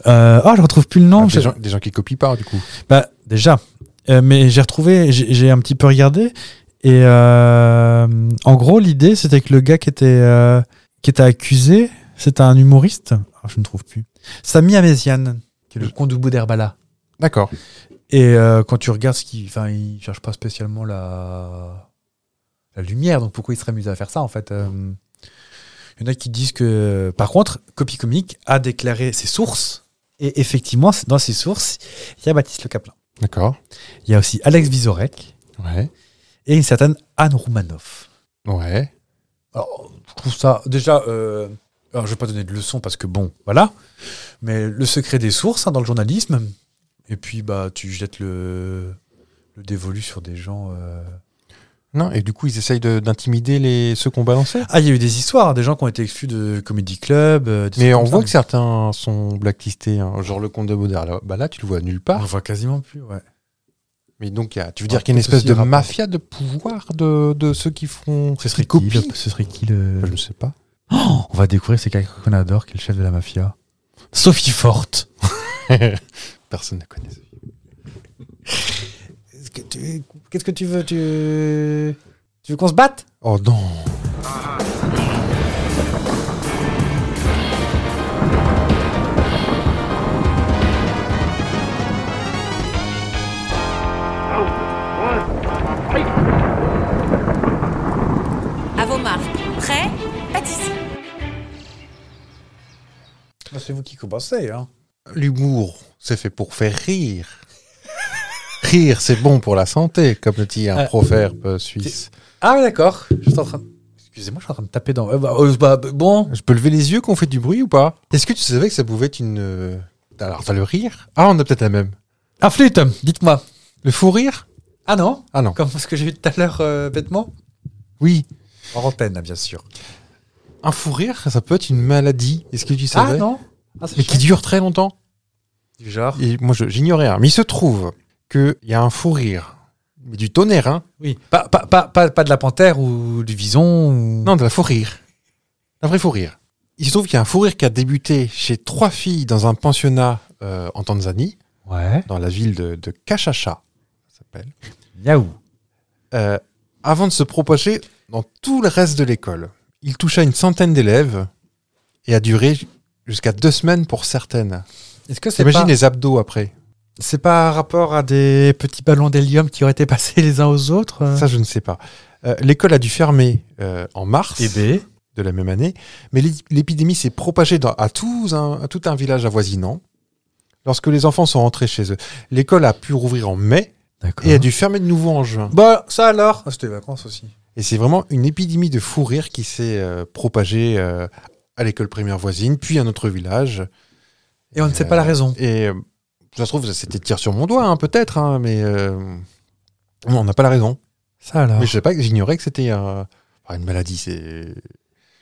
[SPEAKER 1] Euh, oh, je retrouve plus le nom.
[SPEAKER 2] Ah,
[SPEAKER 1] je-
[SPEAKER 2] des, gens, des gens qui copient pas, du coup.
[SPEAKER 1] bah, déjà. Euh, mais j'ai retrouvé, j'ai j'ai un petit peu regardé. Et euh, en gros, l'idée, c'était que le gars qui était, euh, qui était accusé, c'était un humoriste. Ah, je ne trouve plus. Sami Amézian, qui est le con du bout d'Herbala.
[SPEAKER 2] D'accord.
[SPEAKER 1] Et euh, quand tu regardes ce qu'il. Enfin, il cherche pas spécialement la. La lumière, donc pourquoi il serait amusé à faire ça en fait euh, Il y en a qui disent que. Par contre, Copy Comique a déclaré ses sources, et effectivement, dans ses sources, il y a Baptiste Le Caplin.
[SPEAKER 2] D'accord.
[SPEAKER 1] Il y a aussi Alex Vizorek
[SPEAKER 2] Ouais.
[SPEAKER 1] et une certaine Anne Roumanoff.
[SPEAKER 2] Ouais.
[SPEAKER 1] Alors, je trouve ça déjà. euh, alors, je vais pas donner de leçons parce que bon, voilà. Mais le secret des sources hein, dans le journalisme. Et puis, bah, tu jettes le, le dévolu sur des gens. euh.
[SPEAKER 2] Non, et du coup, ils essayent de- d'intimider les ceux qu'on balançait.
[SPEAKER 1] Ah, il y a eu des histoires, hein, des gens qui ont été exclus de comedy club. euh, des
[SPEAKER 2] Mais
[SPEAKER 1] trucs
[SPEAKER 2] on
[SPEAKER 1] comme
[SPEAKER 2] voit que
[SPEAKER 1] ça.
[SPEAKER 2] certains sont blacklistés, hein, genre le compte de Baudard. Là, bah là, tu le vois nulle
[SPEAKER 1] On
[SPEAKER 2] part.
[SPEAKER 1] le voit quasiment plus, ouais.
[SPEAKER 2] Mais donc, il y a- tu veux
[SPEAKER 1] Ah,
[SPEAKER 2] dire qu'il y a une
[SPEAKER 1] peut-être
[SPEAKER 2] espèce
[SPEAKER 1] aussi
[SPEAKER 2] de
[SPEAKER 1] un rapport.
[SPEAKER 2] mafia de pouvoir de, de ceux qui font.
[SPEAKER 1] Ce serait
[SPEAKER 2] qui copient
[SPEAKER 1] qui, le- ce serait qui le-
[SPEAKER 2] Je ne sais pas.
[SPEAKER 1] On va découvrir c'est quelqu'un qu'on adore, qui est le chef de la mafia. Sophie Forte.
[SPEAKER 2] Personne ne connaît.
[SPEAKER 1] Qu'est-ce que tu veux Tu, tu veux qu'on se batte
[SPEAKER 2] Oh non
[SPEAKER 5] À vos marques. Prêt Pas d'ici.
[SPEAKER 1] Bah, C'est vous qui commencez. Hein.
[SPEAKER 2] L'humour, c'est fait pour faire rire. Rire, c'est bon pour la santé, comme le dit un
[SPEAKER 1] Ah.
[SPEAKER 2] proverbe euh, suisse.
[SPEAKER 1] Ah, ouais, d'accord. Je suis en train de- Excusez-moi, je suis en train de taper dans. Euh, bah, euh, bah, bon.
[SPEAKER 2] Je peux lever les yeux qu'on fait du bruit ou pas Est-ce que tu savais que ça pouvait être une... euh, Alors, t'as le rire Ah, on a peut-être la même.
[SPEAKER 1] Un Ah, flûte, dites-moi.
[SPEAKER 2] Le fou rire
[SPEAKER 1] Ah non
[SPEAKER 2] Ah non.
[SPEAKER 1] Comme ce que j'ai eu tout à l'heure euh, bêtement Ah,
[SPEAKER 2] Oui.
[SPEAKER 1] En antenne, bien sûr.
[SPEAKER 2] Un fou rire, ça peut être une maladie. Est-ce que tu
[SPEAKER 1] Ah
[SPEAKER 2] savais
[SPEAKER 1] non Ah, c'est
[SPEAKER 2] Mais qui
[SPEAKER 1] chiant.
[SPEAKER 2] dure très longtemps.
[SPEAKER 1] Du genre.
[SPEAKER 2] Et moi, je- j'ignorais. hein. Mais il se trouve qu'il y a un fou rire. Mais du tonnerre, hein
[SPEAKER 1] Oui. Pas, pas, pas, pas, pas de la panthère ou du vison ou.
[SPEAKER 2] Non, de la faux rire. Un vrai faux rire. Il se trouve qu'il y a un faux rire qui a débuté chez trois filles dans un pensionnat euh, en Tanzanie,
[SPEAKER 1] Ouais.
[SPEAKER 2] dans la ville de, de Kachacha, ça s'appelle,
[SPEAKER 1] Yaou.
[SPEAKER 2] euh, avant de se propager dans tout le reste de l'école. Il toucha une centaine d'élèves et a duré jusqu'à deux semaines pour certaines.
[SPEAKER 1] Est-ce que c'est
[SPEAKER 2] T'imagines
[SPEAKER 1] pas...
[SPEAKER 2] les abdos après
[SPEAKER 1] c'est pas un rapport à des petits ballons d'hélium qui auraient été passés les uns aux autres euh
[SPEAKER 2] Ça, je ne sais pas. Euh, L'école a dû fermer euh, en mars.
[SPEAKER 1] Eh ben,
[SPEAKER 2] de la même année, mais l'ép- l'épidémie s'est propagée dans- à, tout un, à tout un village avoisinant. Lorsque les enfants sont rentrés chez eux, l'école a pu rouvrir en mai
[SPEAKER 1] D'accord.
[SPEAKER 2] et a dû fermer de nouveau en juin.
[SPEAKER 1] Bon, bah, ça alors C'était les vacances aussi.
[SPEAKER 2] Et c'est vraiment une épidémie de fou rire qui s'est euh, propagée euh, à l'école primaire voisine, puis à notre village.
[SPEAKER 1] Et on ne sait pas la raison.
[SPEAKER 2] Et euh, ça se trouve, c'était tir sur mon doigt, hein, peut-être, hein, mais euh, non, on n'a pas la raison.
[SPEAKER 1] Ça alors
[SPEAKER 2] Mais je sais pas, j'ignorais que c'était euh, une maladie, c'est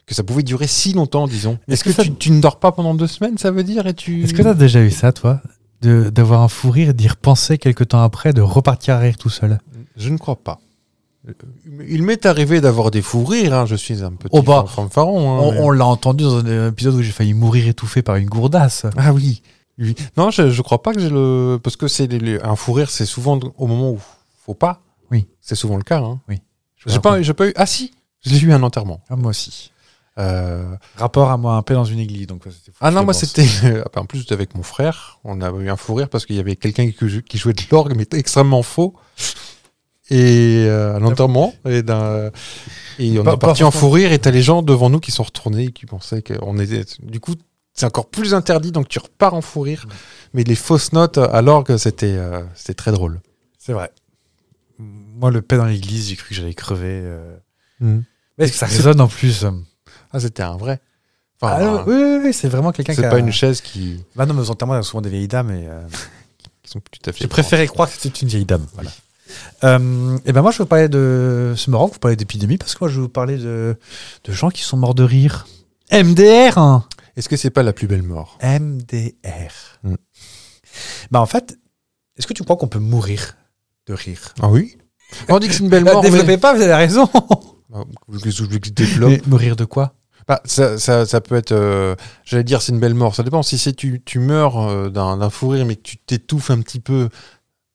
[SPEAKER 2] que ça pouvait durer si longtemps, disons.
[SPEAKER 1] Est-ce
[SPEAKER 2] Est-ce
[SPEAKER 1] que
[SPEAKER 2] que,
[SPEAKER 1] ça-
[SPEAKER 2] tu, tu ne dors pas pendant deux semaines, ça veut dire, et tu.
[SPEAKER 1] Est-ce que t'as déjà eu ça, toi De- D'avoir un fou rire, d'y repenser quelques temps après, de repartir à rire tout seul
[SPEAKER 2] Je ne crois pas. Euh, Il m'est arrivé d'avoir des fous rires. hein, Je suis un petit
[SPEAKER 1] Oh bah,
[SPEAKER 2] fan- fanfaron. hein,
[SPEAKER 1] On,
[SPEAKER 2] mais-
[SPEAKER 1] on l'a entendu dans un épisode où j'ai failli mourir étouffé par une gourdasse.
[SPEAKER 2] Ah oui. oui. Non, je, je crois pas que j'ai le. Parce que c'est les- les- un fou rire, c'est souvent au moment où faut pas.
[SPEAKER 1] Oui.
[SPEAKER 2] C'est souvent le cas. hein.
[SPEAKER 1] Je
[SPEAKER 2] J'ai pas, j'ai pas eu. Ah si, je l'ai eu à un enterrement.
[SPEAKER 1] Ah, moi aussi.
[SPEAKER 2] Euh,
[SPEAKER 1] Rapport à moi un peu dans une église. Donc, ouais, c'était fou,
[SPEAKER 2] Ah non,
[SPEAKER 1] je
[SPEAKER 2] moi
[SPEAKER 1] pense.
[SPEAKER 2] c'était. euh, En plus, avec mon frère, on a eu un fou rire parce qu'il y avait quelqu'un qui jou- qui jouait de l'orgue, mais extrêmement faux. Et euh, à l'enterrement, et, d'un- et on
[SPEAKER 1] Pas-
[SPEAKER 2] est parti
[SPEAKER 1] pas
[SPEAKER 2] en fou rire, et t'as les gens devant nous qui sont retournés et qui pensaient qu'on était. Du coup, c'est encore plus interdit, donc tu repars en fou rire. Mais les fausses notes à l'orgue, c'était euh, c'était très drôle.
[SPEAKER 1] C'est vrai. Moi, le paix dans l'église, j'ai cru Hmm. que j'allais crever. euh. Mais est-ce que ça résonne en plus
[SPEAKER 2] Ah, c'était un vrai. Enfin,
[SPEAKER 1] Ah, non, oui, oui, oui, c'est vraiment quelqu'un qui
[SPEAKER 2] c'est
[SPEAKER 1] a-
[SPEAKER 2] pas une chaise qui,
[SPEAKER 1] Bah non, mais aux enterrements, il y a souvent des vieilles dames. Et, euh,
[SPEAKER 2] qui sont tout à fait.
[SPEAKER 1] J'ai préféré croire que c'était une vieille dame. Voilà. Euh, et ben moi, je vais vous parler de. C'est marrant que vous parlez d'épidémie parce que moi, je vais vous parler de, de gens qui sont morts de rire. MDR hein.
[SPEAKER 2] Est-ce que c'est pas la plus belle mort
[SPEAKER 1] MDR.
[SPEAKER 2] Mm.
[SPEAKER 1] Bah en fait, est-ce que tu crois qu'on peut mourir de rire
[SPEAKER 2] Ah oui On dit que c'est une belle
[SPEAKER 1] Ne
[SPEAKER 2] mort.
[SPEAKER 1] développez pas, vous avez raison.
[SPEAKER 2] mais- Ah, je voulais que je voulais que je développe.
[SPEAKER 1] Mais mourir de quoi
[SPEAKER 2] Bah, ça, ça, ça peut être. euh, J'allais dire c'est une belle mort. Ça dépend. Si c'est tu, tu meurs euh, d'un d'un fou rire mais que tu t'étouffes un petit peu,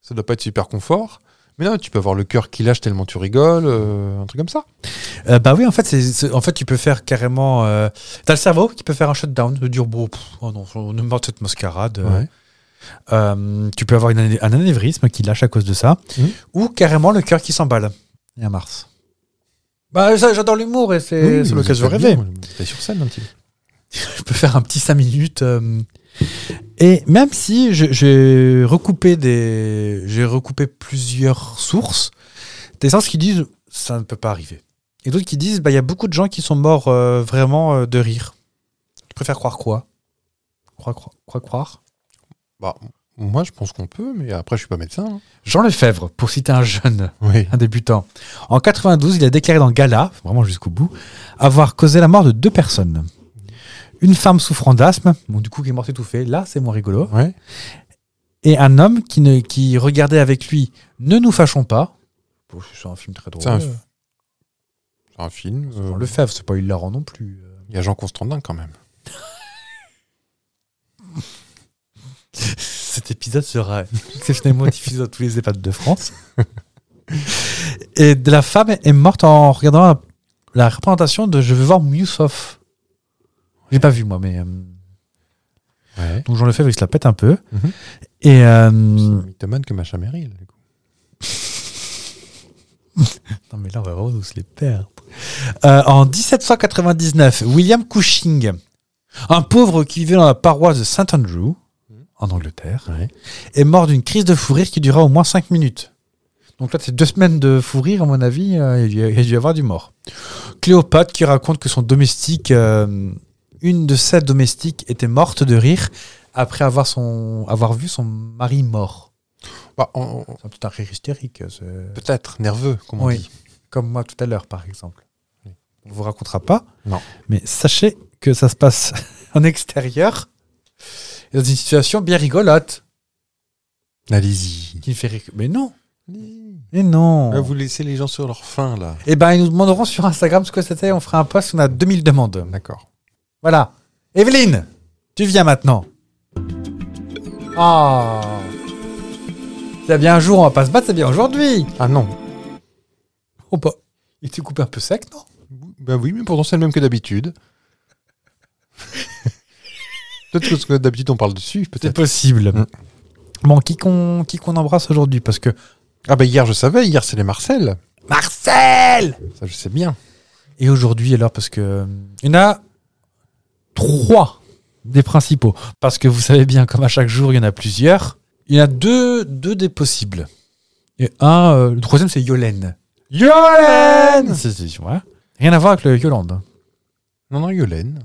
[SPEAKER 2] ça doit pas être super confort. Mais non, tu peux avoir le cœur qui lâche tellement tu rigoles, euh, un truc comme ça.
[SPEAKER 1] Euh, Bah oui, en fait, c'est c'est- en fait, tu peux faire carrément. euh, T'as le cerveau qui peut faire un shutdown, de dire bon, pff, oh non, on est mort de cette mascarade. euh,
[SPEAKER 2] Ouais.
[SPEAKER 1] Euh, tu peux avoir une ané- un anévrisme qui lâche à cause de ça,
[SPEAKER 2] Mhm.
[SPEAKER 1] ou carrément le cœur qui s'emballe. Et un Mars. Bah, ça, j'adore l'humour et c'est
[SPEAKER 2] Oui,
[SPEAKER 1] c'est
[SPEAKER 2] mais
[SPEAKER 1] l'occasion de
[SPEAKER 2] c'est
[SPEAKER 1] rêver.
[SPEAKER 2] bien, T'es sur scène un petit peu.
[SPEAKER 1] Je peux faire un petit 5 minutes. euh, et même si je- j'ai recoupé, des- j'ai recoupé plusieurs sources, des sens qui disent ça ne peut pas arriver. Et d'autres qui disent bah, il y a beaucoup de gens qui sont morts euh, vraiment euh, de rire. Tu préfères croire quoi Croire, croire, croire, croire.
[SPEAKER 2] Bah, moi, je pense qu'on peut, mais après, je suis pas médecin. hein.
[SPEAKER 1] Jean Lefebvre, pour citer un jeune.
[SPEAKER 2] Oui.
[SPEAKER 1] un débutant. En 92, il a déclaré dans Gala, vraiment jusqu'au bout, avoir causé la mort de deux personnes. Une femme souffrant d'asthme, bon, du coup qui est morte étouffée, là c'est moins rigolo,
[SPEAKER 2] Ouais.
[SPEAKER 1] et un homme qui, ne, qui regardait avec lui Ne nous fâchons pas. Bon, c'est un film très drôle.
[SPEAKER 2] C'est un- C'est un film. euh,
[SPEAKER 1] Bon, Le Fèvre, c'est pas hilarant non plus.
[SPEAKER 2] Il y a Jean Constantin quand même.
[SPEAKER 1] Cet épisode sera exceptionnellement diffusé dans tous les EHPAD de France. Et de la femme est morte en regardant la, la représentation de Je veux voir Moussoff. J'ai pas vu moi, mais. euh,
[SPEAKER 2] Ouais.
[SPEAKER 1] Donc Jean Lefebvre, il se la pète un peu.
[SPEAKER 2] Mhm.
[SPEAKER 1] Et euh,
[SPEAKER 2] C'est
[SPEAKER 1] non,
[SPEAKER 2] mythomane que Macha Merrill. du coup.
[SPEAKER 1] mais là, on va vraiment nous se les perdre. Euh, en 1799, William Cushing, un pauvre qui vivait dans la paroisse de St Andrew, en Angleterre,
[SPEAKER 2] Ouais.
[SPEAKER 1] est mort d'une crise de fou rire qui dura au moins 5 minutes. Donc là, c'est deux semaines de fou rire, à mon avis, euh, il y a il y a dû y avoir du mort. Cléopâtre qui raconte que son domestique, euh, une de ses domestiques, était morte de rire après avoir, son, avoir vu son mari mort.
[SPEAKER 2] Bah, on- on-
[SPEAKER 1] C'est un petit rire hystérique. c'est-
[SPEAKER 2] Peut-être nerveux, comme on
[SPEAKER 1] Oui.
[SPEAKER 2] dit.
[SPEAKER 1] Comme moi tout à l'heure, par exemple.
[SPEAKER 2] Oui.
[SPEAKER 1] On ne vous racontera pas.
[SPEAKER 2] Non.
[SPEAKER 1] Mais sachez que ça se passe en extérieur, et dans une situation bien rigolote,
[SPEAKER 2] Allez-y.
[SPEAKER 1] qui ne fait rire. Mais non Mais non
[SPEAKER 2] Là, Ah, vous laissez les gens sur leur faim, là.
[SPEAKER 1] Eh ben, ils nous demanderont sur Instagram ce que c'était. On fera un post, on a 2000 demandes.
[SPEAKER 2] D'accord.
[SPEAKER 1] Voilà. Evelyne, tu viens maintenant. Ah C'est bien un jour, on va pas se battre, c'est bien aujourd'hui
[SPEAKER 2] Ah non.
[SPEAKER 1] Oh bah, il t'est coupé un peu sec, non
[SPEAKER 2] Ben oui, mais pourtant, c'est le même que d'habitude. peut-être que ce que d'habitude, on parle dessus,
[SPEAKER 1] C'est
[SPEAKER 2] peut-être.
[SPEAKER 1] possible.
[SPEAKER 2] Mm.
[SPEAKER 1] Bon, qui qu'on qui qu'on embrasse aujourd'hui Parce que
[SPEAKER 2] Ah ben hier, je savais. Hier, c'est les Marcel.
[SPEAKER 1] Marcel
[SPEAKER 2] Ça, je sais bien.
[SPEAKER 1] Et aujourd'hui, alors, parce que euh, il y en a trois des principaux. Parce que vous savez bien, comme à chaque jour, il y en a plusieurs. Il y en a deux, deux des possibles. Et un, euh, le troisième, c'est Yolène. Yolène C'est- c'est- ouais. Rien à voir avec le Yolande.
[SPEAKER 2] Non, non, Yolène.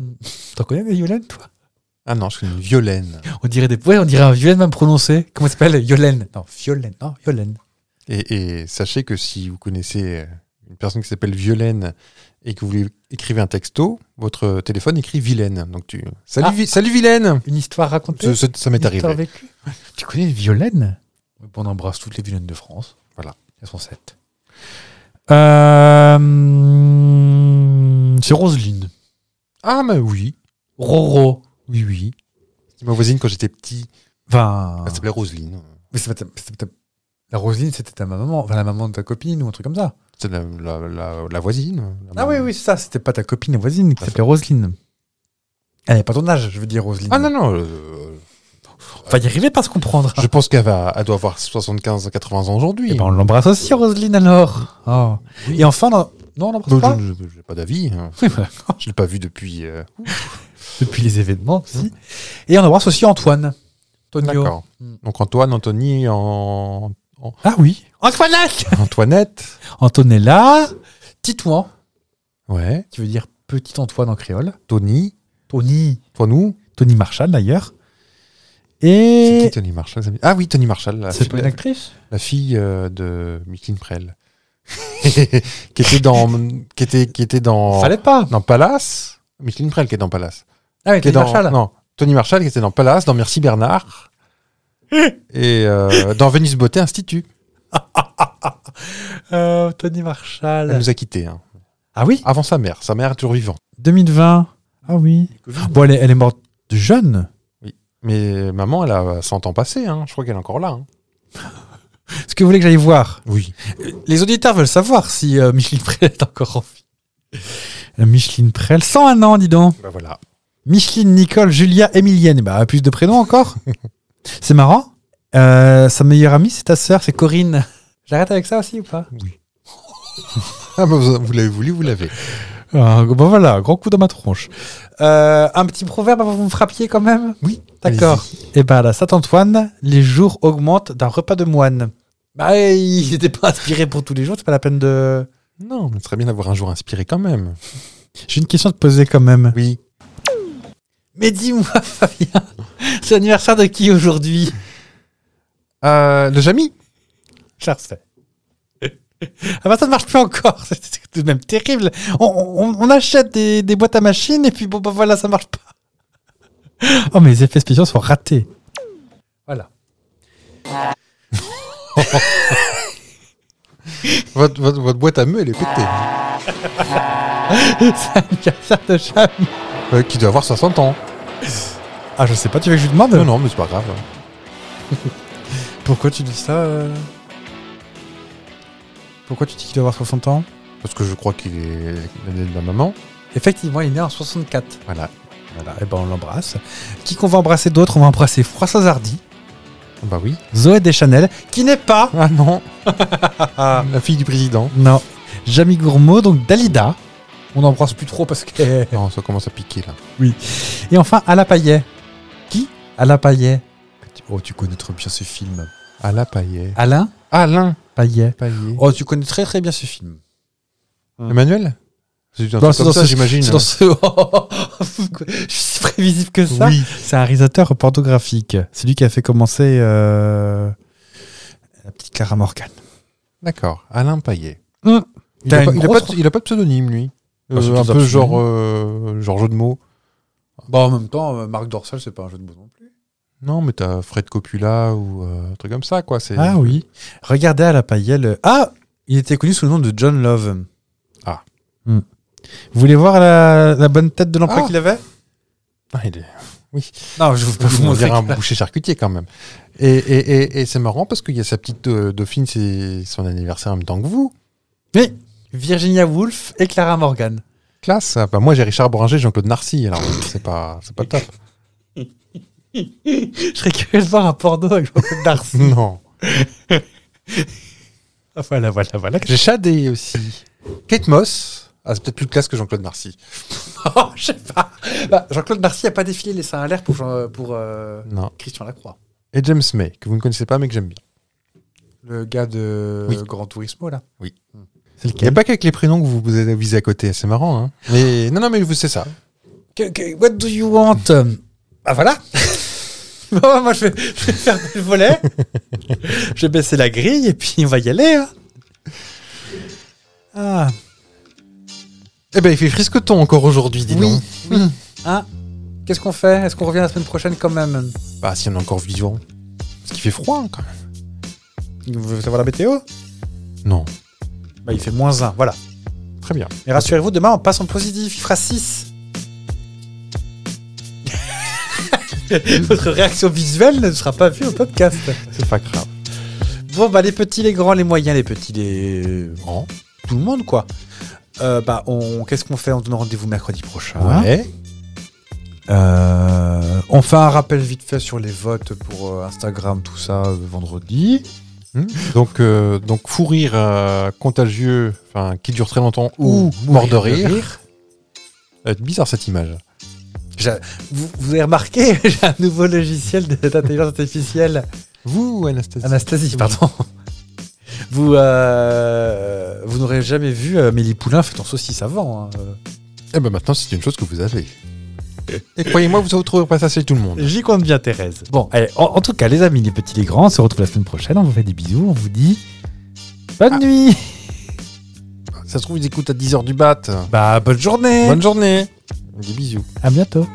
[SPEAKER 1] T'en connais des Yolène, toi
[SPEAKER 2] Ah non, je connais une Violaine.
[SPEAKER 1] On dirait des. Ouais, on dirait un Violaine même prononcé. Comment ça s'appelle Yolène. Non, Violaine. Non, Yolène.
[SPEAKER 2] Et, et sachez que si vous connaissez euh, une personne qui s'appelle Violaine et que vous lui écrivez un texto, votre téléphone écrit Vilaine. Donc tu. Salut,
[SPEAKER 1] Ah.
[SPEAKER 2] Vi- salut Vilaine
[SPEAKER 1] Une histoire racontée
[SPEAKER 2] Ce- ce- Ça, m'est
[SPEAKER 1] Une histoire
[SPEAKER 2] arrivé.
[SPEAKER 1] vécue. Tu connais une Violaine On embrasse toutes les Violaines de France.
[SPEAKER 2] Voilà.
[SPEAKER 1] Elles sont sept. Euh, C'est Roseline.
[SPEAKER 2] Ah, bah oui.
[SPEAKER 1] Roro. Oui, oui.
[SPEAKER 2] C'était ma voisine quand j'étais petit.
[SPEAKER 1] Enfin.
[SPEAKER 2] Elle s'appelait Roseline.
[SPEAKER 1] Ah, mais c'est pas ta- c'est pas ta- La Roseline, c'était ta maman, enfin, la maman de ta copine ou un truc comme ça.
[SPEAKER 2] C'est la, la- la- la voisine. la
[SPEAKER 1] Ah oui,
[SPEAKER 2] maman.
[SPEAKER 1] oui, c'est ça. C'était pas ta copine voisine qui
[SPEAKER 2] Tout à
[SPEAKER 1] s'appelait Roseline. Ah, Elle n'est pas ton âge, je veux dire, Roseline.
[SPEAKER 2] Ah non, non. euh,
[SPEAKER 1] On va y arriver pas se comprendre.
[SPEAKER 2] je pense qu'elle va, elle doit avoir 75, 80 ans aujourd'hui.
[SPEAKER 1] Eh ben, on l'embrasse aussi, Roseline, alors. Oh.
[SPEAKER 2] Oui.
[SPEAKER 1] Et enfin, non, non on Ah. l'embrasse
[SPEAKER 2] Donc,
[SPEAKER 1] pas.
[SPEAKER 2] je- je n'ai pas d'avis. hein.
[SPEAKER 1] Oui, voilà.
[SPEAKER 2] Je ne l'ai pas vu depuis. euh,
[SPEAKER 1] depuis les événements aussi. Et on embrasse aussi Antoine. Antonio.
[SPEAKER 2] D'accord.
[SPEAKER 1] Mm.
[SPEAKER 2] Donc Antoine, Anthony, en- en-
[SPEAKER 1] Ah oui. Antoinette
[SPEAKER 2] Antoinette.
[SPEAKER 1] Antonella. Titouan,
[SPEAKER 2] Ouais.
[SPEAKER 1] qui veut dire petit Antoine en créole.
[SPEAKER 2] Tony.
[SPEAKER 1] Tony,
[SPEAKER 2] Pour nous,
[SPEAKER 1] Tony Marshall d'ailleurs.
[SPEAKER 2] c'est qui
[SPEAKER 1] Et
[SPEAKER 2] Tony Marshall ça me- Ah oui, Tony Marshall, la,
[SPEAKER 1] c'est pas
[SPEAKER 2] la-
[SPEAKER 1] une actrice
[SPEAKER 2] la fille euh, de Micheline Prel, qui était dans, qui était, qui était dans,
[SPEAKER 1] Fallait pas.
[SPEAKER 2] dans Palace. Micheline Prel qui est dans Palace.
[SPEAKER 1] Ah oui,
[SPEAKER 2] Qui est
[SPEAKER 1] Tony
[SPEAKER 2] dans-
[SPEAKER 1] Marshall.
[SPEAKER 2] Non, Tony Marshall qui était dans Palace, dans Merci Bernard. et euh, dans Venus Beauté Institut.
[SPEAKER 1] Euh, Tony Marshall.
[SPEAKER 2] Elle nous a quittés. hein.
[SPEAKER 1] Ah oui
[SPEAKER 2] Avant sa mère. Sa mère est toujours vivante.
[SPEAKER 1] 2020. Ah oui. Bon, elle est, elle est morte jeune.
[SPEAKER 2] Mais maman, elle a 100 ans passé. hein. Je crois qu'elle est encore là. hein.
[SPEAKER 1] Est-ce que vous voulez que j'aille voir
[SPEAKER 2] Oui.
[SPEAKER 1] Les auditeurs veulent savoir si euh, Micheline Prel est encore en vie. Euh, Micheline Prel, 101 ans, dis donc.
[SPEAKER 2] Bah voilà.
[SPEAKER 1] Micheline, Nicole, Julia, Emilienne. Bah, plus de prénoms encore. c'est marrant. Euh, sa meilleure amie, c'est ta sœur, c'est Corinne. J'arrête avec ça aussi ou pas
[SPEAKER 2] Ah bah vous, vous l'avez voulu, vous l'avez.
[SPEAKER 1] Ah, Bon voilà, grand coup dans ma tronche. Euh, un petit proverbe avant que vous me frappiez quand même
[SPEAKER 2] Oui.
[SPEAKER 1] D'accord. Et ben à la Saint-Antoine, les jours augmentent d'un repas de moine. Bah, il n'était pas inspiré pour tous les jours, c'est pas la peine de.
[SPEAKER 2] Non, mais ce serait bien d'avoir un jour inspiré quand même.
[SPEAKER 1] J'ai une question à te poser quand même.
[SPEAKER 2] Oui.
[SPEAKER 1] Mais dis-moi, Fabien, c'est l'anniversaire de qui aujourd'hui
[SPEAKER 2] Euh, le Jamy
[SPEAKER 1] Je la refais. Ah bah ça ne marche plus encore, c'est c'est tout de même terrible. On, on- on achète des, des boîtes à machines et puis bon bah voilà, ça marche pas. Oh mais les effets spéciaux sont ratés. Voilà.
[SPEAKER 2] votre, votre- votre boîte à meux, elle est pétée.
[SPEAKER 1] C'est l'anniversaire de Jamy.
[SPEAKER 2] Euh, qui doit avoir 60 ans.
[SPEAKER 1] Ah je sais pas, tu veux que je lui demande
[SPEAKER 2] Non, non, mais c'est pas grave. hein.
[SPEAKER 1] Pourquoi tu dis ça euh Pourquoi tu dis qu'il doit avoir 60 ans
[SPEAKER 2] Parce que je crois qu'il est l'année de la maman.
[SPEAKER 1] Effectivement, il est né en 64.
[SPEAKER 2] Voilà.
[SPEAKER 1] Voilà, et ben on l'embrasse. Qui qu'on va embrasser d'autre On va embrasser François Hardy,
[SPEAKER 2] Bah oui.
[SPEAKER 1] Zoé Deschanel, qui n'est pas
[SPEAKER 2] Ah non La fille du président.
[SPEAKER 1] Non. Jamie Gourmaud, donc Dalida. On n'embrasse plus trop parce que.
[SPEAKER 2] Non, ça commence à piquer là.
[SPEAKER 1] Et enfin, Ala Payet. Qui Ala Payet. Oh, tu connais très bien ce film.
[SPEAKER 2] Alain Payet.
[SPEAKER 1] Alain
[SPEAKER 2] Alain
[SPEAKER 1] Payet.
[SPEAKER 2] Payet.
[SPEAKER 1] Oh, tu connais très très bien ce film.
[SPEAKER 2] Emmanuel C'est un
[SPEAKER 1] Non,
[SPEAKER 2] truc
[SPEAKER 1] Bah, c'est dans
[SPEAKER 2] comme ça,
[SPEAKER 1] ce-
[SPEAKER 2] j'imagine.
[SPEAKER 1] c'est dans ce- Je suis si prévisible que ça.
[SPEAKER 2] Oui.
[SPEAKER 1] C'est un réalisateur pornographique. C'est lui qui a fait commencer euh, la petite Clara Morgan.
[SPEAKER 2] D'accord. Alain Payet.
[SPEAKER 1] Hum.
[SPEAKER 2] Il
[SPEAKER 1] T'as
[SPEAKER 2] a, pas,
[SPEAKER 1] une
[SPEAKER 2] il a
[SPEAKER 1] grosse-
[SPEAKER 2] pas de, il a pas de pseudonyme, lui.
[SPEAKER 1] Bah,
[SPEAKER 2] Euh,
[SPEAKER 1] c'est
[SPEAKER 2] un
[SPEAKER 1] tout
[SPEAKER 2] peu
[SPEAKER 1] absurde.
[SPEAKER 2] genre, euh, genre jeu de mots.
[SPEAKER 1] Bah, en même temps, Marc Dorcel, c'est pas un jeu de mots non plus.
[SPEAKER 2] Non, mais t'as Fred Copula ou euh, un truc comme ça, quoi. C'est...
[SPEAKER 1] Ah oui. Regardez à la paillelle. Ah Il était connu sous le nom de John Love.
[SPEAKER 2] Ah.
[SPEAKER 1] Hmm. Vous voulez voir la, la bonne tête de l'emploi
[SPEAKER 2] Ah.
[SPEAKER 1] qu'il avait
[SPEAKER 2] Ah, il est...
[SPEAKER 1] Non, je ne
[SPEAKER 2] On dirait un boucher charcutier quand même. Et, et, et, et c'est marrant parce qu'il y a sa petite euh, dauphine, c'est son anniversaire en même temps que vous.
[SPEAKER 1] Virginia Woolf et Clara Morgan.
[SPEAKER 2] Classe. Ah, Bah, moi, j'ai Richard Boranger, Jean-Claude Narcy. Alors, c'est pas, c'est pas top.
[SPEAKER 1] Je serais curieux de voir un porno avec Jean-Claude Darcy.
[SPEAKER 2] Non.
[SPEAKER 1] Ah, voilà, voilà, voilà.
[SPEAKER 2] J'ai Shadé aussi. Kate Moss. Ah, c'est peut-être plus de classe que Jean-Claude Narcy.
[SPEAKER 1] Oh, je sais pas. Bah, Jean-Claude Darcy n'a pas défilé les seins à l'air pour, Jean- pour euh,
[SPEAKER 2] Non.
[SPEAKER 1] Christian Lacroix.
[SPEAKER 2] Et James May, que vous ne connaissez pas, mais que j'aime bien.
[SPEAKER 1] Le gars de
[SPEAKER 2] Oui.
[SPEAKER 1] Grand Turismo, là. Hmm.
[SPEAKER 2] Oui.
[SPEAKER 1] C'est
[SPEAKER 2] Il n'y a pas qu'avec les prénoms que vous vous avez visés à côté. C'est marrant, hein. Mais, non, non, mais vous, c'est ça.
[SPEAKER 1] Que- que- what do you want euh, Ah voilà Bon, Moi, je vais, je vais fermer le volet. je vais baisser la grille et puis on va y aller. hein. Ah,
[SPEAKER 2] Eh ben, il fait frisqueton encore aujourd'hui, dis
[SPEAKER 1] Oui,
[SPEAKER 2] donc.
[SPEAKER 1] hein Qu'est-ce qu'on fait Est-ce qu'on revient la semaine prochaine quand même
[SPEAKER 2] Bah, si on est encore vivant. Parce qu'il fait froid, hein, quand même.
[SPEAKER 1] Vous voulez savoir la météo
[SPEAKER 2] Non.
[SPEAKER 1] Bah, il fait moins 1, voilà.
[SPEAKER 2] Très bien.
[SPEAKER 1] Et rassurez-vous, demain, on passe en positif. Il fera 6. Votre réaction visuelle ne sera pas vue au podcast.
[SPEAKER 2] C'est pas grave.
[SPEAKER 1] Bon, bah, les petits, les grands, les moyens, les petits, les
[SPEAKER 2] Grand.
[SPEAKER 1] tout le monde quoi. Euh, bah, on, qu'est-ce qu'on fait On donne rendez-vous mercredi prochain.
[SPEAKER 2] Ouais.
[SPEAKER 1] Euh, on fait un rappel vite fait sur les votes pour euh, Instagram, tout ça, euh, vendredi.
[SPEAKER 2] Donc, euh, donc fou rire euh, contagieux, enfin qui dure très longtemps ou, mort de rire. Euh, bizarre cette image.
[SPEAKER 1] J'ai- Vous, vous avez remarqué, j'ai un nouveau logiciel de- d'intelligence artificielle.
[SPEAKER 2] Vous, Anastasie.
[SPEAKER 1] Anastasie, pardon. Vous, euh, vous n'aurez euh, jamais vu Amélie Poulain fait ton saucisse avant. hein.
[SPEAKER 2] Eh ben maintenant, c'est une chose que vous avez. Et croyez-moi, vous ne retrouverez pas ça chez tout le monde.
[SPEAKER 1] J'y compte bien, Thérèse. Bon, allez, en, en tout cas, les amis, les petits, les grands, on se retrouve la semaine prochaine. On vous fait des bisous. On vous dit bonne nuit.
[SPEAKER 2] Ça se trouve, ils écoutent à 10h du bat.
[SPEAKER 1] Bah, bonne journée.
[SPEAKER 2] Bonne journée. Des bisous.
[SPEAKER 1] À bientôt.